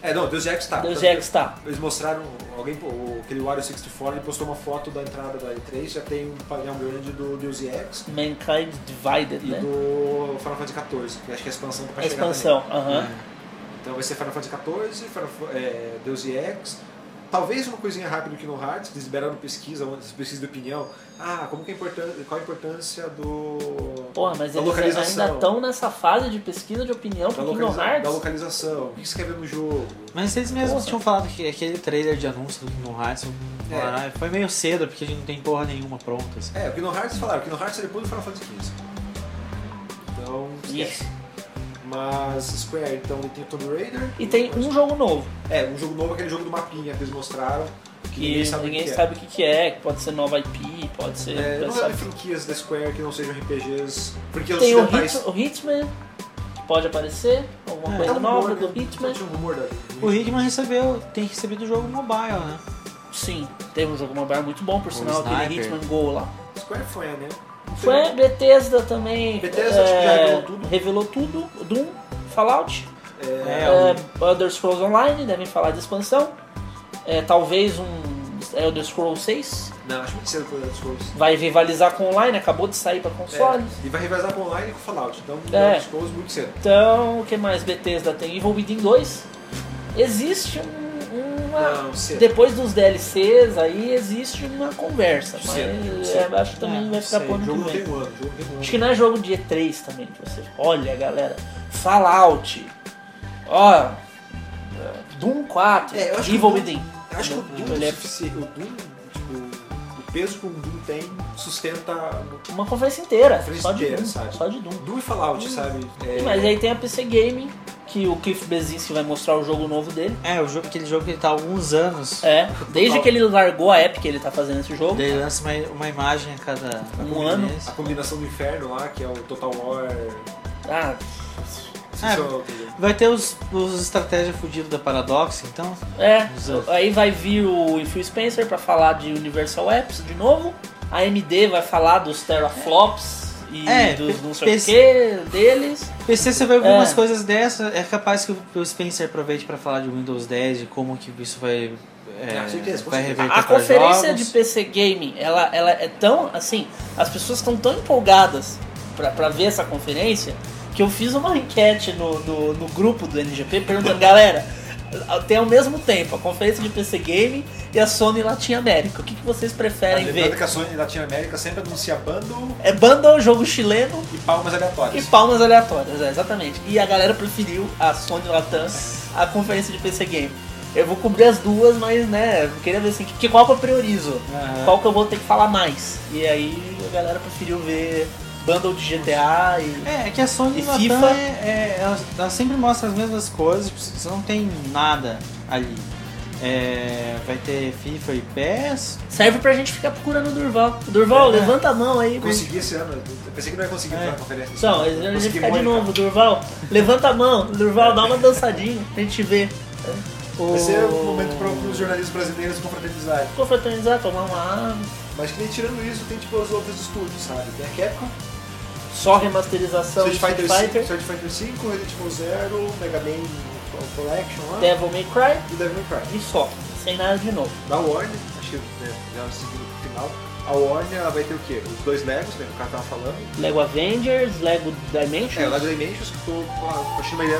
É, não, Deus Ex tá.
Deus
Tanto que
Ex tá.
Eles mostraram, alguém, o- aquele Wario 64, ele postou uma foto da entrada da E3, já tem um painel grande do Deus Ex
Mankind Divided,
e
né?
do Final Fantasy XIV, que acho que é a expansão que vai
A
chegar também.
expansão, aham.
É.
Então vai ser Final Fantasy XIV, Final Fa- é, Deus e Ex. Talvez uma coisinha rápida que no Hearts, eles liberaram pesquisa, uma pesquisa de opinião. Ah, como que é importante, qual a importância do.
Porra, mas
da
eles
localização.
ainda estão nessa fase de pesquisa de opinião
da,
pro Kingdom
localiza da
Hearts.
localização. O que você quer ver no jogo?
Mas eles mesmos
Porra.
tinham falado que aquele trailer de anúncio do Kingdom Hearts não-
É.
ah, foi meio cedo, porque a gente não tem porra nenhuma pronta. assim.
É, o Kingdom Hearts falaram, o Kingdom Hearts é depois do Final Fantasy XV. Então, esquece.
Isso.
Mas Square, então ele tem o Tomb Raider.
E tem um jogo novo,
É, um jogo novo, aquele jogo do mapinha que eles mostraram. Que,
que
ninguém sabe o que
o que,
é.
que é, que pode ser nova IP, pode ser.
É, não
sabe.
sabe franquias da Square que não sejam RPGs. Porque os
Tem o,
ocidentais-
Hit- o Hitman, que pode aparecer, alguma
É,
coisa
um
nova
rumor,
do
né?
Hitman.
Só tinha um rumor da-
O Hickman recebeu, tem recebido o jogo mobile, né?
Sim, teve um jogo mobile muito bom, por
O
sinal, aquele
Sniper.
Hitman Go lá.
Square foi, né?
Foi Bethesda também. é,
Bethesda, acho que já revelou tudo.
Revelou tudo. Doom, Fallout,
É,
É,
é, Elder Scrolls Online, devem falar de expansão. É, talvez um Elder Scrolls 6.
Não, acho muito cedo pro Elder Scrolls.
Vai rivalizar com online, acabou de sair para consoles.
É, e vai revezar com online e com Fallout. Então,
É.
Elder Scrolls muito cedo.
Então, o que mais Bethesda tem? Evil Within 2. Existe um- uma...
Não, cedo.
Depois dos DLCs, aí existe uma conversa. Mas
Sim, sim.
é, acho que também
É,
vai ficar
sei,
por
O jogo
ano
não
que
tem
vem.
um ano. O jogo não tem um ano.
Acho que não é jogo de E3 também. Que você... Olha, galera. Fallout. Ó. Doom 4.
É, eu acho que
Evil
o Doom-
Within.
Eu acho que o
Não,
Doom,
ele
é
é-
sufici- o Doom, tipo, o peso que um Doom tem sustenta
Uma conferência inteira,
Conferência
só de
inteira,
Doom,
sabe?
só de Doom.
Doom e Fallout, sabe? É,
Hum. Mas aí tem a PC Gaming, que o Cliff Bezinski vai mostrar o jogo novo dele.
É, o jogo, aquele jogo que ele tá há alguns anos.
É, desde que ele largou a Epic, ele tá fazendo esse jogo.
Daí lança uma, uma imagem a cada
Um
cada
ano.
mês.
a combinação do inferno lá, que é o Total War.
Ah,
se
É.
isso é outro jogo.
Vai ter os, os estratégias fudidos da Paradox, então.
é.
Exato.
Aí vai vir o Phil Spencer pra falar de Universal Apps de novo. A AMD vai falar dos teraflops e
É,
dos
P-
não sei o
PC.
que deles.
PC você vai ver umas
É.
coisas dessas, é capaz que o- o Spencer aproveite pra falar de Windows 10 e como que isso vai. É,
Ah, com certeza, com
vai
certeza.
reverter
A
tá pra
conferência
jogos.
de PC Gaming, ela, ela é tão, assim, as pessoas estão tão empolgadas pra, pra ver essa conferência que eu fiz uma enquete no, no, no grupo do NGP perguntando, galera, tem ao mesmo tempo a conferência de PC Gaming e a Sony Latin América, o que, que vocês preferem
é
Lembrando
ver?
que a Sony Latinoamérica sempre anuncia bundle
É banda, jogo chileno
e palmas
e
aleatórias.
palmas aleatórias, é, exatamente. E a galera preferiu a Sony Latam a conferência de PC Game. Eu vou cobrir as duas, mas né, eu queria ver assim, que, qual que eu priorizo?
Aham.
Qual que eu vou ter que falar mais? E aí a galera preferiu ver bundle de GTA e.
É, é que a Sony
E
Latam
FIFA.
é, é- ela, ela sempre mostra as mesmas coisas, tipo, você não tem nada ali. É, vai ter FIFA e PES.
Serve pra gente ficar procurando o Durval. Durval,
É.
levanta a mão aí.
Consegui esse ano, eu pensei que não ia conseguir
É.
entrar na conferência.
Então, a gente
Consegui
ficar de
muito,
novo, Durval. Levanta a mão, Durval, dá uma dançadinha pra gente ver.
Vai ser um momento para os jornalistas brasileiros confraternizarem.
Confraternizar, tomar uma água.
Mas que nem tirando isso, tem tipo os outros estúdios, sabe? Tem a Capcom,
Só remasterização de
Street Fighter,
Street Fighter.
5, Street Fighter 5, Resident Evil Zero, Mega Man Collection lá
Devil May Cry
e Devil May Cry.
e só, sem nada de novo.
Da Warner, acho que né, já seguindo pro final, a Warner ela vai ter o quê? Os dois Legos, né? que O cara tava falando.
Lego Avengers, Lego Dimension.
É, o Lego Dimensions, que eu tô com a Shimaia.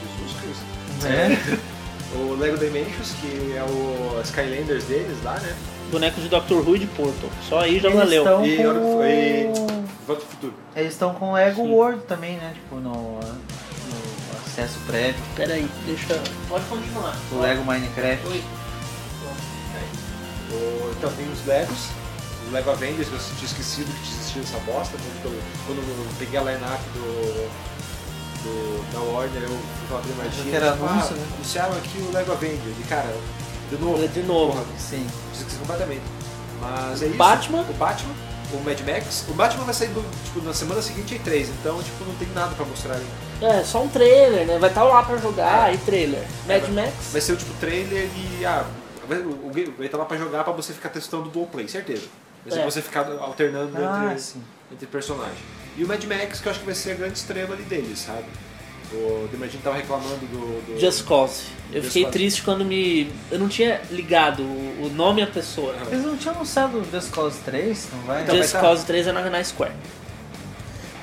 Jesus Cristo.
É.
O Lego Dimensions, que é o Skylanders deles lá, né?
Boneco de Dr. Who e de Portal. Só aí já
Eles
valeu.
estão
E
com-
Hora do- e Volta pro Futuro.
Eles estão com Lego
Sim.
World também, né? Tipo, no, no acesso prévio. tipo,
Pera aí, deixa. Pode continuar.
O Lego Minecraft.
Oi.
É O- Então tem os Legos, o Lego Avengers, que eu tinha esquecido que existia essa bosta, né? Então, quando eu peguei a line-up do, do- da Warner, eu fui falar pra ele,
Achou
imagina,
que era
tipo,
anúncio,
ah,
né?
anunciaram aqui o Lego Avengers, e cara, de novo,
é De novo.
porra,
Sim.
esqueci completamente. Mas é isso.
Batman.
O Batman, o Mad Max, o Batman vai sair do- tipo, na semana seguinte em 3, então tipo, não tem nada pra mostrar ainda.
É, só um trailer, né? Vai estar lá pra jogar e trailer. Mad
É,
Max.
Vai ser o tipo trailer e ah, vai- o game vai estar lá pra jogar pra você ficar testando o Dualplay, certeza. Mas
É.
você ficar alternando
Ah,
entre,
sim.
entre personagem. E o Mad Max, que eu acho que vai ser a grande estrela ali dele, sabe? O Demartini tava reclamando do. do...
Just Cause. Eu
Just
fiquei
Cause.
triste quando me. Eu não tinha ligado o o nome à pessoa.
Aham.
Eles não tinham anunciado o Just Cause 3, não vai?
Então,
Just
vai tá-
Cause 3 é na, na Square.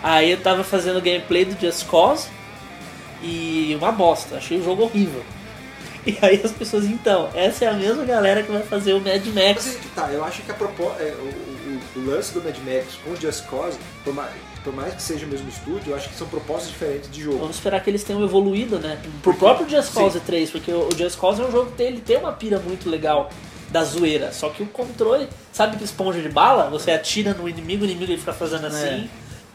Aí eu tava fazendo gameplay do Just Cause e uma bosta, achei o jogo horrível. E aí as pessoas, então, essa é a mesma galera que vai fazer o Mad
Mas
Max.
aí que tá, eu acho que a propó... é, o, o- o lance do Mad Max com o Just Cause, por mais, por mais que seja o mesmo estúdio, eu acho que são propostas diferentes de jogo.
Vamos esperar que eles tenham evoluído, né? Pro próprio Just Cause 3, porque o o Just Cause é um jogo que tem, ele tem uma pira muito legal da zoeira. Só que o controle, sabe que esponja de bala? Você atira no inimigo, o inimigo ele fica fazendo assim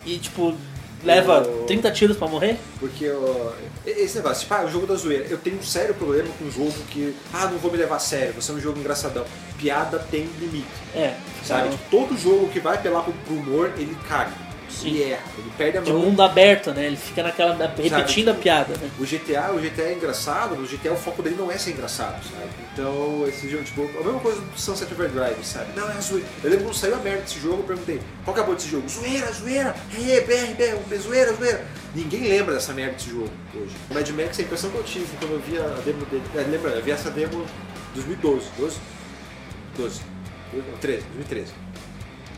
e tipo, leva
É. O-
30 tiros pra morrer.
Porque ó, esse negócio, tipo, ah, o jogo da zoeira. Eu tenho um sério problema com um jogo que, ah, não vou me levar a sério, você é um jogo engraçadão. Piada tem limite,
É,
sabe?
então,
Tipo, Todo jogo que vai apelar pro, pro humor, ele caga,
Sim.
ele erra, ele perde a
De
mão.
mundo aberto, né? Ele fica naquela. repetindo a piada, né?
O GTA, o GTA é engraçado, o GTA o foco dele não é ser engraçado, sabe? Então, esse jogo, tipo, a mesma coisa do Sunset Overdrive, sabe? Não, é a zoeira. Eu lembro quando saiu a merda desse jogo, eu perguntei, qual que é a boa desse jogo? Zoeira, zoeira, é, BR, BR, zoeira, zoeira. Ninguém lembra dessa merda desse jogo hoje. O Mad Max, é a impressão que eu tive quando eu vi a demo dele, é, lembra, eu vi essa demo em 2012, 12? 12, não, 13, 2013.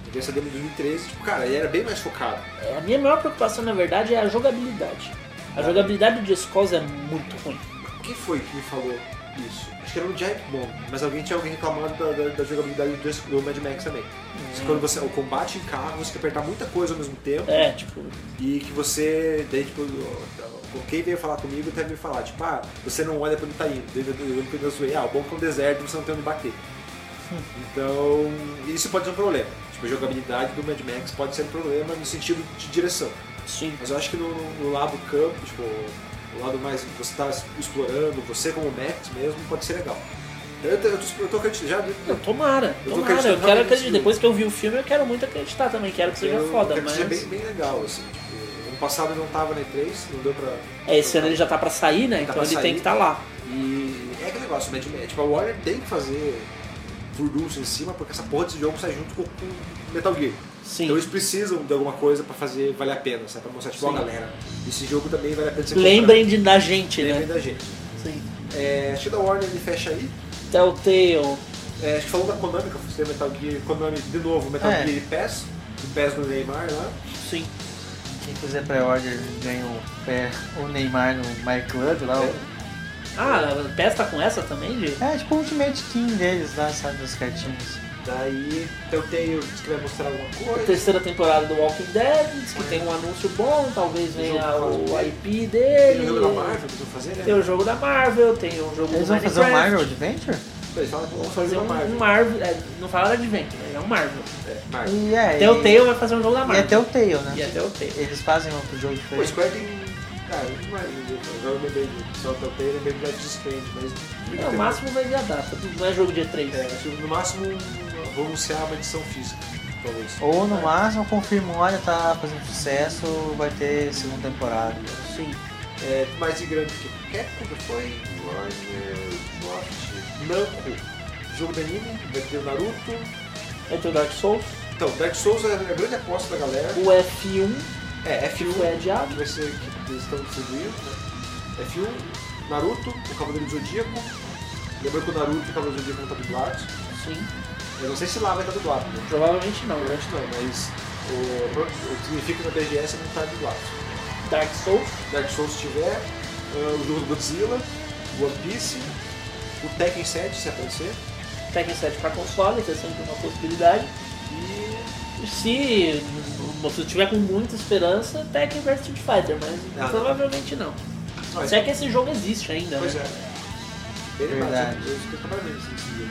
Eu vi essa demo em 2013, tipo, cara, ele era bem mais focado.
É, A minha maior preocupação, na verdade, é a jogabilidade. A jogabilidade do Just Cause é muito ruim.
Quem foi que me falou isso? Acho que era o Jack Bond, mas alguém tinha alguém reclamando da, da- da jogabilidade do, Just- do Mad Max também. Que Quando você, o combate em carro, você tem que apertar muita coisa ao mesmo tempo
É, tipo,
e que você. Daí, tipo, o- quem veio falar comigo até veio é falar, tipo, ah, você não olha pra onde tá indo. Daí Eu eu lembro que eu zoei, ah, o bom que é um deserto você não tem onde bater. Então, isso pode ser um problema. Tipo, a jogabilidade do Mad Max pode ser um problema no sentido de direção.
Sim.
Mas eu acho que no, no lado campo, tipo, o lado mais que você está explorando, você como Max mesmo, pode ser legal. Eu, tô- eu, tô- eu tô acreditando, já
Não, tomara,
Eu tô
tomara. Eu
acreditando
quero
realmente
acreditar.
que-
Depois que eu vi o filme, eu quero muito acreditar também. Quero que seja
eu
foda,
quero que
mas.
seja bem, bem legal, assim. Tipo, ano passado eu não tava na E3, não deu pra.
É, esse ano ele já tá pra sair, né? então
pra
ele
sair.
tem que estar tá lá.
E é aquele negócio, Mad Max, tipo, a Warner tem que fazer furdunço em cima, porque essa porra desse jogo sai junto com, com Metal Gear.
Sim.
Então eles precisam de alguma coisa pra fazer valer a pena, sabe? Pra mostrar, tipo, ó
Sim.
galera, esse jogo também vale a pena ser
Lembrem de, da gente,
comprado. é Lembrem
né?
da gente.
Sim.
É, acho que da Warner ele fecha aí.
Telltale.
É, acho que falou da Konami, que eu falei Metal Gear, Konami de novo, Metal
É.
Gear e PES, o PES do Neymar né? lá.
Sim.
Quem fizer pré-order ganha o, pé- o Neymar no My Club lá. o-
Ah, a PES tá com essa também, Gê?
É. tipo o Ultimate Team deles lá, sabe, das cartinhas.
Daí, então Telltale disse que vai mostrar alguma
A
coisa.
terceira temporada do Walking Dead, diz que tem um anúncio bom, talvez venha
um jogo
o
faz-
IP
Tem
dele.
o jogo da Marvel que eles vão fazer, né?
Tem o jogo da Marvel, tem o jogo
Eles
do
vão fazer o
Minecraft.
Marvel Adventure?
Eles falam que vão
Fazer
fazer o Marvel.
um Marvel, é, não fala da Adventure, né? é um Marvel.
É, Marvel.
E é.
Até o Tail vai fazer um jogo da
E
Marvel.
até o Tail, né?
E é até o Tail.
Eles fazem outro jogo
Pô,
diferente.
Square tem. Cara, eu não imagino. Agora eu lembrei de só o Telltale, lembrei do Life is Strange, mas.
É, o máximo vai vir a data, não é jogo de E3.
É, acho que no máximo vou anunciar uma edição física, talvez.
Ou no máximo confirmam, olha, tá fazendo sucesso, vai ter segunda temporada.
Sim.
É, mais de grande que Capcom, que foi Warner, Soft, Namco, jogo de anime, vai ter o Naruto.
Vai ter o Dark Souls,
Então, Dark Souls é a grande aposta da galera.
o F1,
É, F1
que é adiado.
que vai ser que eles estão distribuindo, né? F1, Naruto, o Cavaleiro do Zodíaco. Lembra que o Naruto e o Cavaleiro do Zodíaco vão estar dublados.
Sim.
Eu não sei se lá vai estar dublado, né?
Provavelmente não. né?
Provavelmente não, mas o, o que significa que na BGS não está dublado.
Dark Souls,
Dark Souls se tiver, ah, o jogo do Godzilla, o One Piece, o Tekken 7 se aparecer,
Tekken 7 pra console, que é sempre uma possibilidade.
e
Se você tiver com muita esperança, Tekken vs Street Fighter, mas
Ah, Não,
provavelmente não.
Mas-
Se é que esse jogo existe ainda,
pois
né?
é. Bem
Verdade.
lembrado, eu fiquei trabalhando nesse dia.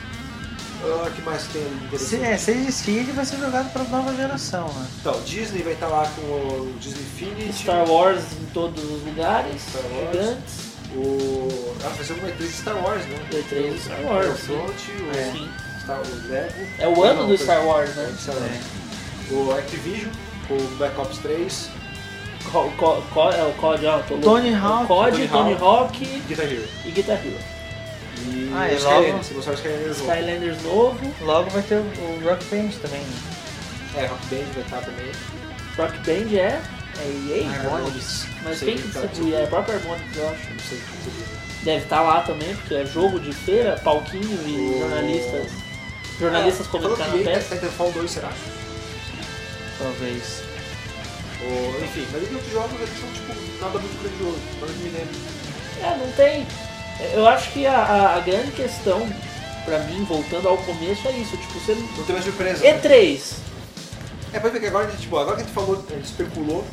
Ah, O que mais tem ali
Se,
interessante?
é, se existir, ele vai ser jogado pra nova geração, né?
Então, Disney vai estar lá com o Disney Infinity,
Star Wars em todos os lugares,
é. Star Wars.
gigantes,
o... Ah, vai ser uma E3 de Star Wars, né?
E3 de Star
O
Wars, sim.
Battlefront,
É.
o,
Sim.
Star, o Lego...
É o ano
Não,
do
foi-
Star Wars,
É,
né?
de Star Wars. O Activision, o Black Ops 3,
Co- co- co- é o COD, ó, tô louco.
Tony Hawk,
O COD,
Tony
Tony Hawk
Guitar Hero.
e Guitar Hero.
E
Ah, é
os
logo-
Skylanders, você sabe é os Skylanders vão.
Skylanders novo,
Logo vai ter o, o Rock Band também.
É, Rock Band vai estar também. Ah,
Rock Band é, é EA,
Harmonics.
mas
Sei,
quem que
cara,
distribui? É a própria Harmonix, eu acho.
Não sei o que dizer.
Deve estar lá também, porque é jogo de feira, palquinho e
O-
jornalistas. Jornalistas
É,
comentando
falou
a
que EA
peça.
tá- Titanfall 2, será?
Talvez.
Ou, enfim, mas tem outros jogos eles são tipo nada muito grandioso, nada que me lembre.
É, não tem. Eu acho que a, a- a grande questão, pra mim, voltando ao começo, é isso. Tipo, você.
Não tem mais surpresa. né?
E3.
É, pode ver que agora, tipo, agora que a gente falou, a gente especulou,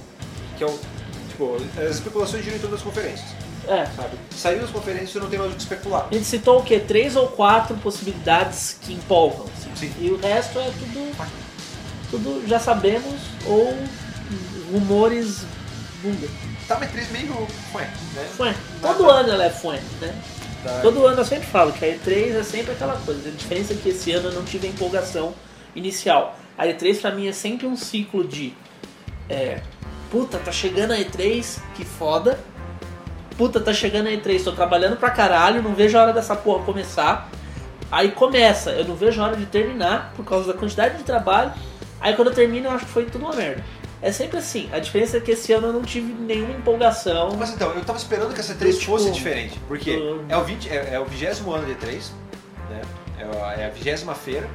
que é o. Tipo, as especulações giram em todas as conferências,
É.
sabe? Saiu das conferências e não tem mais o que especular.
A gente citou o quê? Três ou quatro possibilidades que empolgam. assim.
Sim.
E o resto é tudo. Tudo já sabemos ou rumores bunda.
Tá, mas 3 meio foi, né?
Fué. Todo ano ela é fué, né?
Tá.
Todo ano eu sempre falo que a E3 é sempre aquela coisa. A diferença é que esse ano eu não tive a empolgação inicial. A E3 pra mim é sempre um ciclo de. É, puta, tá chegando a E3, que foda. Puta, tá chegando a E3, tô trabalhando pra caralho, não vejo a hora dessa porra começar. Aí começa, eu não vejo a hora de terminar por causa da quantidade de trabalho. Aí quando eu termino, eu acho que foi tudo uma merda. É sempre assim. A diferença é que esse ano eu não tive nenhuma empolgação.
Mas então, eu tava esperando que essa E3
Tipo,
fosse diferente, porque
hum.
é o, 20, é, é o 20 ano de E3, né? É a- É a 20 feira,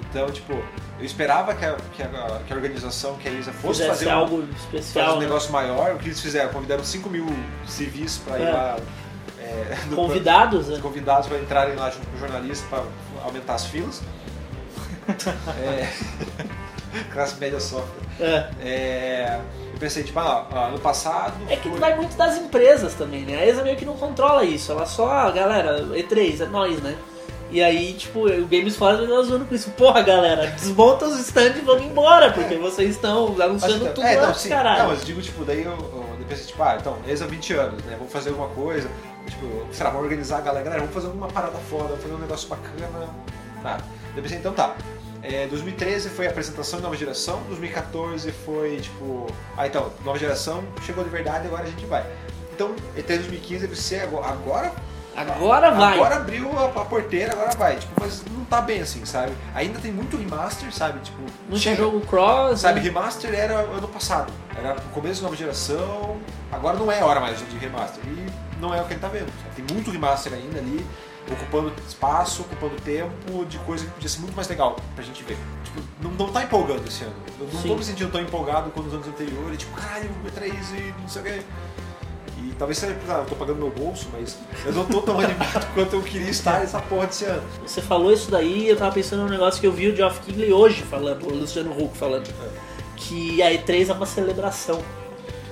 então, tipo, eu esperava que a, que a- que a organização, que a ISA fosse
fizesse
fazer, um-
algo
fazer
especial.
um
né?
negócio maior. O que eles fizeram? Convidaram 5 mil civis pra ir
É.
lá. é, no-
Convidados,
os
né?
convidados para entrarem lá junto com o jornalista para aumentar as filas. é, classe média sofre.
É.
É, eu pensei, tipo, ah, ó, ano passado.
É que
foi-
vai muito das "Ah, empresas também, né? A ESA meio que não controla isso. Ela só, galera, E3, é nós, né? E aí, tipo, o Games Fora tá zoando com isso. Porra, galera, desmonta os stands e vamos embora, porque vocês estão anunciando
É. Acho que-
tudo
é,
lá,
não, sim.
caralho.
Não, mas eu digo, tipo, daí eu, eu depois, tipo, ah, então, eles há 20 anos, né? Vamos fazer alguma coisa, tipo, sei lá, vamos organizar a galera, galera, vamos fazer uma parada foda, vamos fazer um negócio bacana. Tá. Eu pensei, então tá. É, 2013 foi a apresentação de nova geração, 2014 foi tipo. Ah, então, nova geração chegou de verdade, agora a gente vai. Então, até 2015 deve ser agora, agora
Agora vai.
Agora abriu a, a porteira, agora vai. Tipo, mas não tá bem assim, sabe? Ainda tem muito remaster, sabe? Tipo,
Não tinha
chega.
jogo cross.
Sabe,
né?
remaster era ano passado. Era o começo da nova geração. Agora não é hora mais de remaster. E não é o que ele tá vendo. sabe? Tem muito remaster ainda ali, ocupando espaço, ocupando tempo, de coisa que podia ser muito mais legal pra gente ver. Tipo, não, não tá empolgando esse ano. Eu não
Sim.
tô me sentindo tão empolgado quanto nos anos anteriores. Tipo, caralho, E3 e não sei o quê. E talvez seja, claro, eu tô pagando meu bolso, mas eu não tô tão animado quanto eu queria estar nessa porra desse ano.
Você falou isso daí, eu tava pensando num negócio que eu vi o Geoff Keighley hoje falando, o Luciano Huck falando. Que a E3 é uma celebração.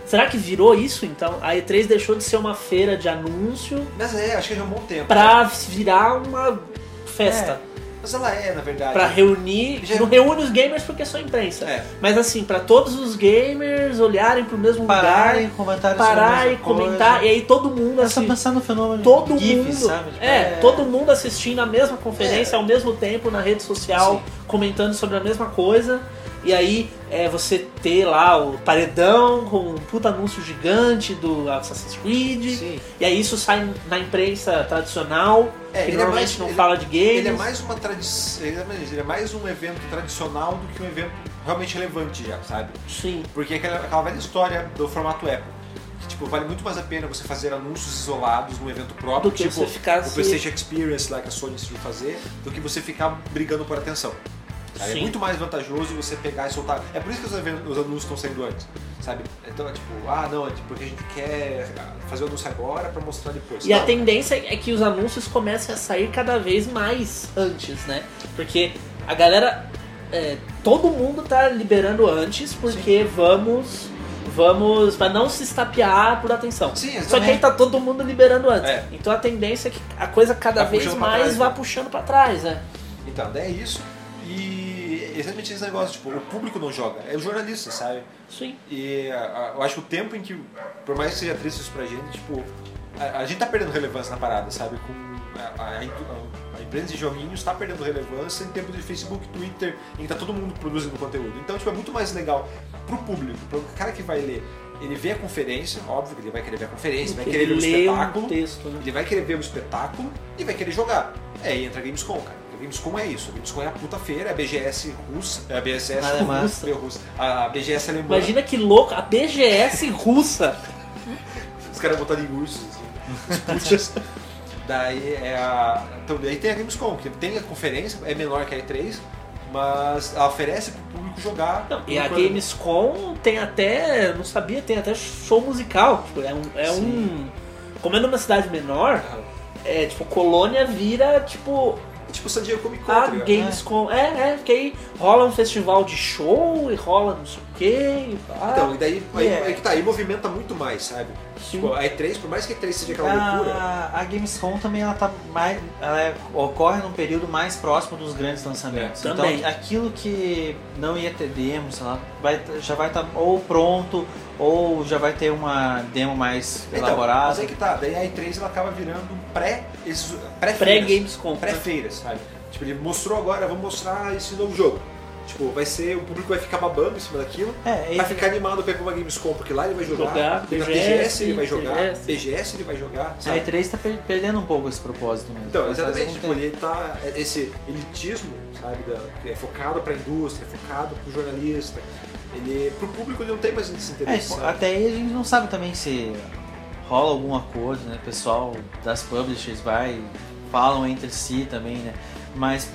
Será que virou isso então? A E3 deixou de ser uma feira de anúncio
Mas é, acho que já é um bom tempo.
pra virar uma festa.
Mas ela é, na verdade.
Pra reunir.
Já-
Não reúne os gamers porque é só imprensa.
É.
Mas assim, pra todos os gamers olharem pro mesmo
Parar
lugar,
e comentar
parar e comentar, e aí todo mundo
É só
assim.
pensar no fenômeno
Todo
GIF,
mundo.
sabe? Tipo,
é, todo mundo assistindo a mesma conferência ao mesmo tempo na rede social,
É. Sim.
comentando sobre a mesma coisa. E aí é, você ter lá o paredão com um puta anúncio gigante do Assassin's Creed.
Sim.
E aí isso sai na imprensa tradicional,
É,
que
ele é
normalmente
mais-
não tá
ele-
fala de games.
Ele é mais uma tradição, ele é mais um evento tradicional do que um evento realmente relevante já, sabe?
Sim.
Porque é aquela, aquela velha história do formato Apple. Que, tipo, vale muito mais a pena você fazer anúncios isolados num evento próprio,
Do que
tipo
você ficar
o
se-
PlayStation Experience, lá que a Sony decidiu fazer, do que você ficar brigando por atenção. sabe? É
Sim.
muito mais vantajoso você pegar e soltar. É por isso que os, even- os anúncios estão saindo antes, sabe? Então é tipo, ah, não, é tipo, porque a gente quer fazer o anúncio agora pra mostrar depois.
E a
Não.
tendência é que os anúncios comecem a sair cada vez mais antes, né? Porque a galera. é, todo mundo tá liberando antes porque vamos. Vamos. Pra não se estapear por atenção. Só
Sim,
que aí
exatamente.
tá todo mundo liberando antes.
É.
Então a tendência é que a coisa cada
Vai
vez
puxando pra
mais
trás,
vá
né?
puxando pra trás, né?
Então, daí é isso. E exatamente esse negócio, tipo, o público não joga, é o jornalista, sabe?
Sim.
E a- a- eu acho que o tempo em que, por mais que seja triste isso pra gente, tipo, a, a gente tá perdendo relevância na parada, sabe? Com a, a- a- a empresa de joguinhos tá perdendo relevância em tempo de Facebook, Twitter, em que tá todo mundo produzindo conteúdo. Então, tipo, é muito mais legal pro público, pro cara que vai ler. Ele vê a conferência, óbvio que ele vai querer ver a conferência, vai querer ver o
lê
espetáculo.
um texto, né?
Ele vai querer ver o espetáculo e vai querer jogar. É, aí entra a Gamescom, cara. A Gamescom é isso. A Gamescom é a puta feira, é a BGS russa, é a BGS
Alemã.
russa, meu, russa, a BGS alemã.
Imagina que louco, a BGS russa.
Os caras botaram em ursos, assim, os putas. Daí é a. Então, daí tem a Gamescom, que tem a conferência, é menor que a E3, mas ela oferece pro público jogar.
Não, e a
Quando-
Gamescom tem até, não sabia, tem até show musical. Tipo, é um, é um- Como é numa cidade menor, é tipo, Colônia vira tipo
É Tipo San Diego Comic Con,
a
tá ligado?
Gamescom. É, é, porque aí rola um festival de show e rola não sei o quê. E pá.
Então, e daí aí,
Yeah.
aí que tá, aí movimenta muito mais, sabe?
Sim.
Tipo, a E3, por mais que a E3
é
seja aquela
Ah,
loucura.
A, a Gamescom também ela tá mais, ela é- ocorre num período mais próximo dos grandes lançamentos.
É,
então
também.
aquilo que não ia ter demo, sei lá, vai- já vai estar ou pronto ou já vai ter uma demo mais
Então, Mas
elaborada.
é
aí que tá, daí a E3 ela acaba virando um pré esses-
É
pré-feiras.
Pré-Gamescom.
Pré-feiras, sabe? Tipo, ele mostrou agora, vamos mostrar esse novo jogo. Tipo, vai ser, o público vai ficar babando em cima daquilo,
É,
vai
e-
ficar animado pra ir pra uma Gamescom, porque lá ele vai jogar,
Jogar,
na
BGS,
BGS ele vai jogar,
BGS.
BGS ele vai jogar,
a
sabe?
E3 tá per- perdendo um pouco esse propósito mesmo.
Então,
Vai fazer
exatamente,
um
tipo,
tempo.
ele tá, esse elitismo, sabe, da, que é focado pra indústria, é focado pro jornalista, ele, pro público ele não tem mais esse
É,
interesse,
tipo,
sabe?
até aí a gente não sabe também se rola algum acordo, né? O pessoal das publishers vai, falam entre si também, né? Mas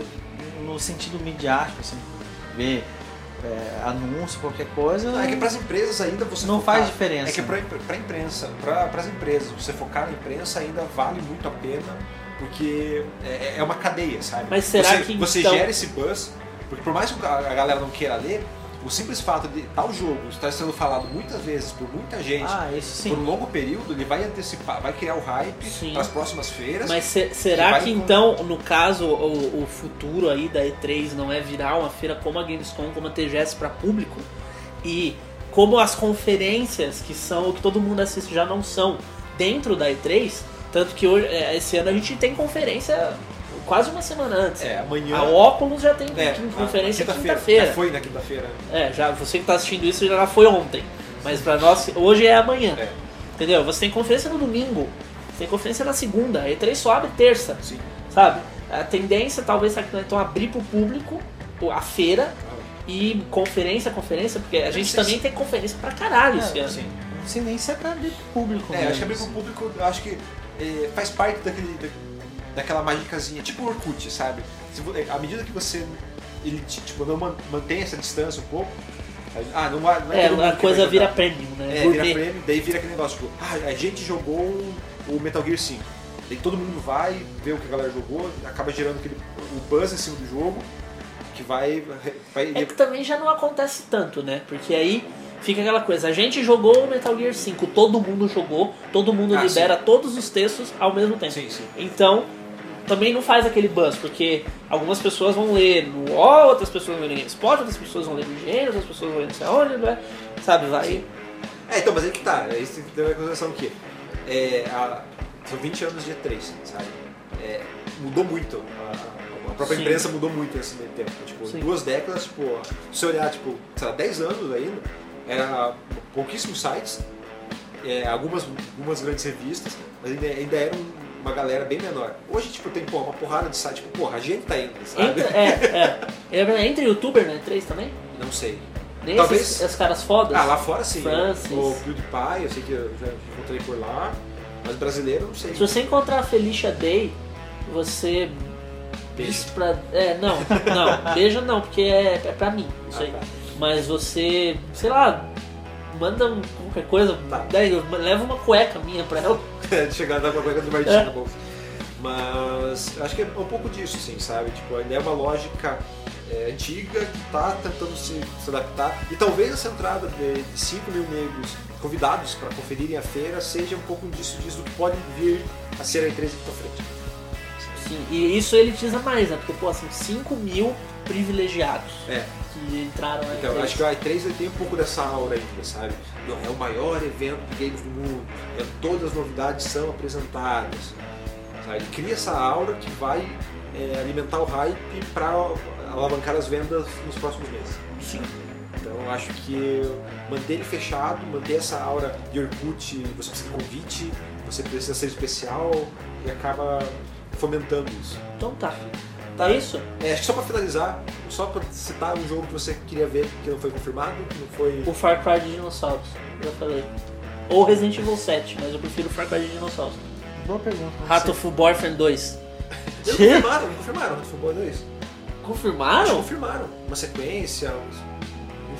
no sentido midiático, assim, ver é, anúncio, qualquer coisa,
Ah, É que pras empresas ainda você
não
focar-
faz diferença. né?
É que para a imprensa, para as empresas, você focar na imprensa ainda vale muito a pena, porque é, é uma cadeia, sabe?
Mas será
você,
que,
Você
então-
gera esse buzz, porque por mais que a a galera não queira ler, o simples fato de tal jogo estar sendo falado muitas vezes por muita gente
Ah, isso sim.
por um longo período, ele vai antecipar, vai criar o hype
Sim.
para as próximas feiras.
Mas se-
Que
será
vai
que
com-
então, no caso, o, o futuro aí da E3 não é virar uma feira como a Gamescom, como a TGS para público? E como as conferências que são o que todo mundo assiste já não são dentro da E3, tanto que hoje, é, esse ano a gente tem conferência quase uma semana antes.
É, amanhã.
A Óculos já tem
é,
quin-
na-
conferência
na Já
quinta-feira.
foi na quinta-feira.
é, já você que tá assistindo isso já foi ontem. Mas para nós, hoje é amanhã.
É,
Entendeu? Você tem conferência no domingo, você tem conferência na segunda, a E3 só abre terça,
sim.
sabe? A tendência talvez será que não é então abrir pro público a feira e conferência, conferência, porque a gente
Sim,
também
sim.
tem conferência pra caralho esse
É,
ano.
sim.
Não sei nem se é pra abrir pro público.
É,
mesmo.
acho que abrir pro público, eu acho que é, faz parte daquele, da- daquela magicazinha, tipo o Orkut, sabe? Se, vo- é, à medida que você ele, te- tipo, não man- mantém essa distância um pouco, ah, não, vai- não
É,
todo mundo
a
que
coisa
vai
vira
jogar.
premium, né?
É, vira
Gourmet.
prêmio, daí vira aquele negócio, tipo, ah, a gente jogou o Metal Gear 5. Daí todo mundo vai, vê o que a galera jogou, acaba gerando aquele, o buzz em cima do jogo, que vai. vai
É que também já não acontece tanto, né? Porque aí fica aquela coisa, a gente jogou o Metal Gear 5, todo mundo jogou, todo mundo
Ah,
libera todos os textos ao mesmo tempo.
sim, sim.
Então, também não faz aquele buzz, porque algumas pessoas vão ler no O, outras pessoas vão ler no GameSpot, outras pessoas vão ler no gênero, outras pessoas vão ler no sei aonde, né? sabe? Vai.
É, então, mas aí que tá. Isso tem que ter em consideração que é, a- são 20 anos de E3, sabe? É, mudou muito. A, a própria
Sim.
imprensa mudou muito nesse meio tempo. Tipo,
Sim.
duas décadas, tipo, se você olhar, tipo, sei lá, 10 anos ainda, era pouquíssimos sites, é, algumas, algumas grandes revistas, mas ainda, ainda era um- uma galera bem menor. Hoje, tipo, tem pô, uma porrada de sites, tipo, porra, a gente tá indo, sabe?
Entra, é, é. É, Entre youtuber, né? Três também?
Não sei.
Nem
Talvez-
esses, esses caras fodas.
Ah, lá fora sim.
Francis.
O PewDiePie, eu sei que eu já encontrei por lá, mas brasileiro, eu não sei.
Se você encontrar a Felicia Day, você.
Beijo.
diz Pra... É, não, não, beija não, porque é, é pra mim, isso
Ah,
aí.
tá.
Mas você, sei lá, manda um- qualquer coisa,
Tá.
daí, leva uma cueca minha pra ela.
É, de chegar na propaganda do
É.
Martins na bolsa. Mas acho que é um pouco disso, assim, sabe? Tipo, ainda é uma lógica é, antiga que tá tentando se, se adaptar. E talvez essa entrada de, de 5 mil negros convidados para conferirem a feira seja um pouco disso, disso do que pode vir a ser a empresa pra frente.
Sim, e isso elitiza mais, né? Porque, pô, assim, 5 mil privilegiados
É.
que entraram na
Então,
E3.
acho que a E3 ele tem um pouco dessa aura ainda, sabe? Não, é o maior evento de games do mundo, é, todas as novidades são apresentadas. Sabe? Ele Cria essa aura que vai é, alimentar o hype para alavancar as vendas nos próximos meses.
Sim.
Então, eu acho que manter ele fechado, manter essa aura de Orkut, você precisa de convite, você precisa ser especial e acaba fomentando isso.
Então tá.
Tá.
É isso?
É, acho que só para finalizar, só para citar um jogo que você queria ver que não foi confirmado, que não foi
O Far Cry de dinossauros, já falei. Ou Resident Evil 7, mas eu prefiro o Far Cry de dinossauros.
Boa pergunta. não
Rato
sei.
of Boyfriend 2.
Eles confirmaram, não confirmaram Rato Fanboy 2. Eles
Confirmaram?
confirmaram. Uma sequência. uns-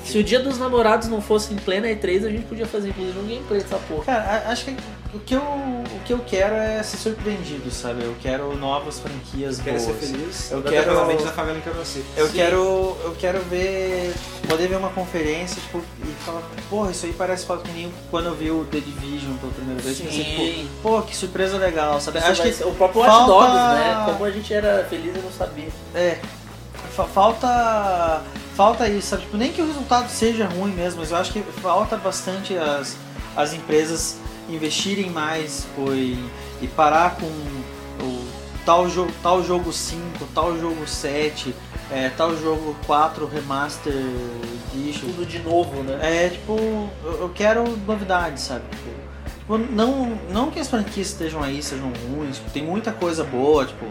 Se o dia dos namorados não fosse em plena E3, a gente podia fazer inclusive um gameplay dessa porra.
Cara, a- acho que o que, eu, o que eu quero é ser surpreendido, sabe? Eu quero novas franquias
Quero ser
boas.
feliz.
Eu
andar
quero-
tranquilamente na favela em que eu nasci.
Eu
Sim.
quero, eu quero ver, poder ver uma conferência tipo, e falar, porra, isso aí parece foto que nem quando eu vi o The Division pela primeira vez, eu pensei, tipo, pô, que surpresa legal, sabe?
Isso
Acho
vai
que
ser- o próprio Watch
falta-
Dogs, né? Como a gente era feliz e não sabia.
é, fa- falta, falta isso, sabe? Tipo, nem que o resultado seja ruim mesmo, mas eu acho que falta bastante as, as empresas investirem mais pô, e, e parar com o tal, jo tal jogo 5, tal jogo 7, é, tal jogo 4 Remaster Edition.
Tudo de novo, né?
É tipo, eu eu quero novidades, sabe? Tipo, tipo, não, não que as franquias estejam aí, sejam ruins, tipo, tem muita coisa boa, tipo,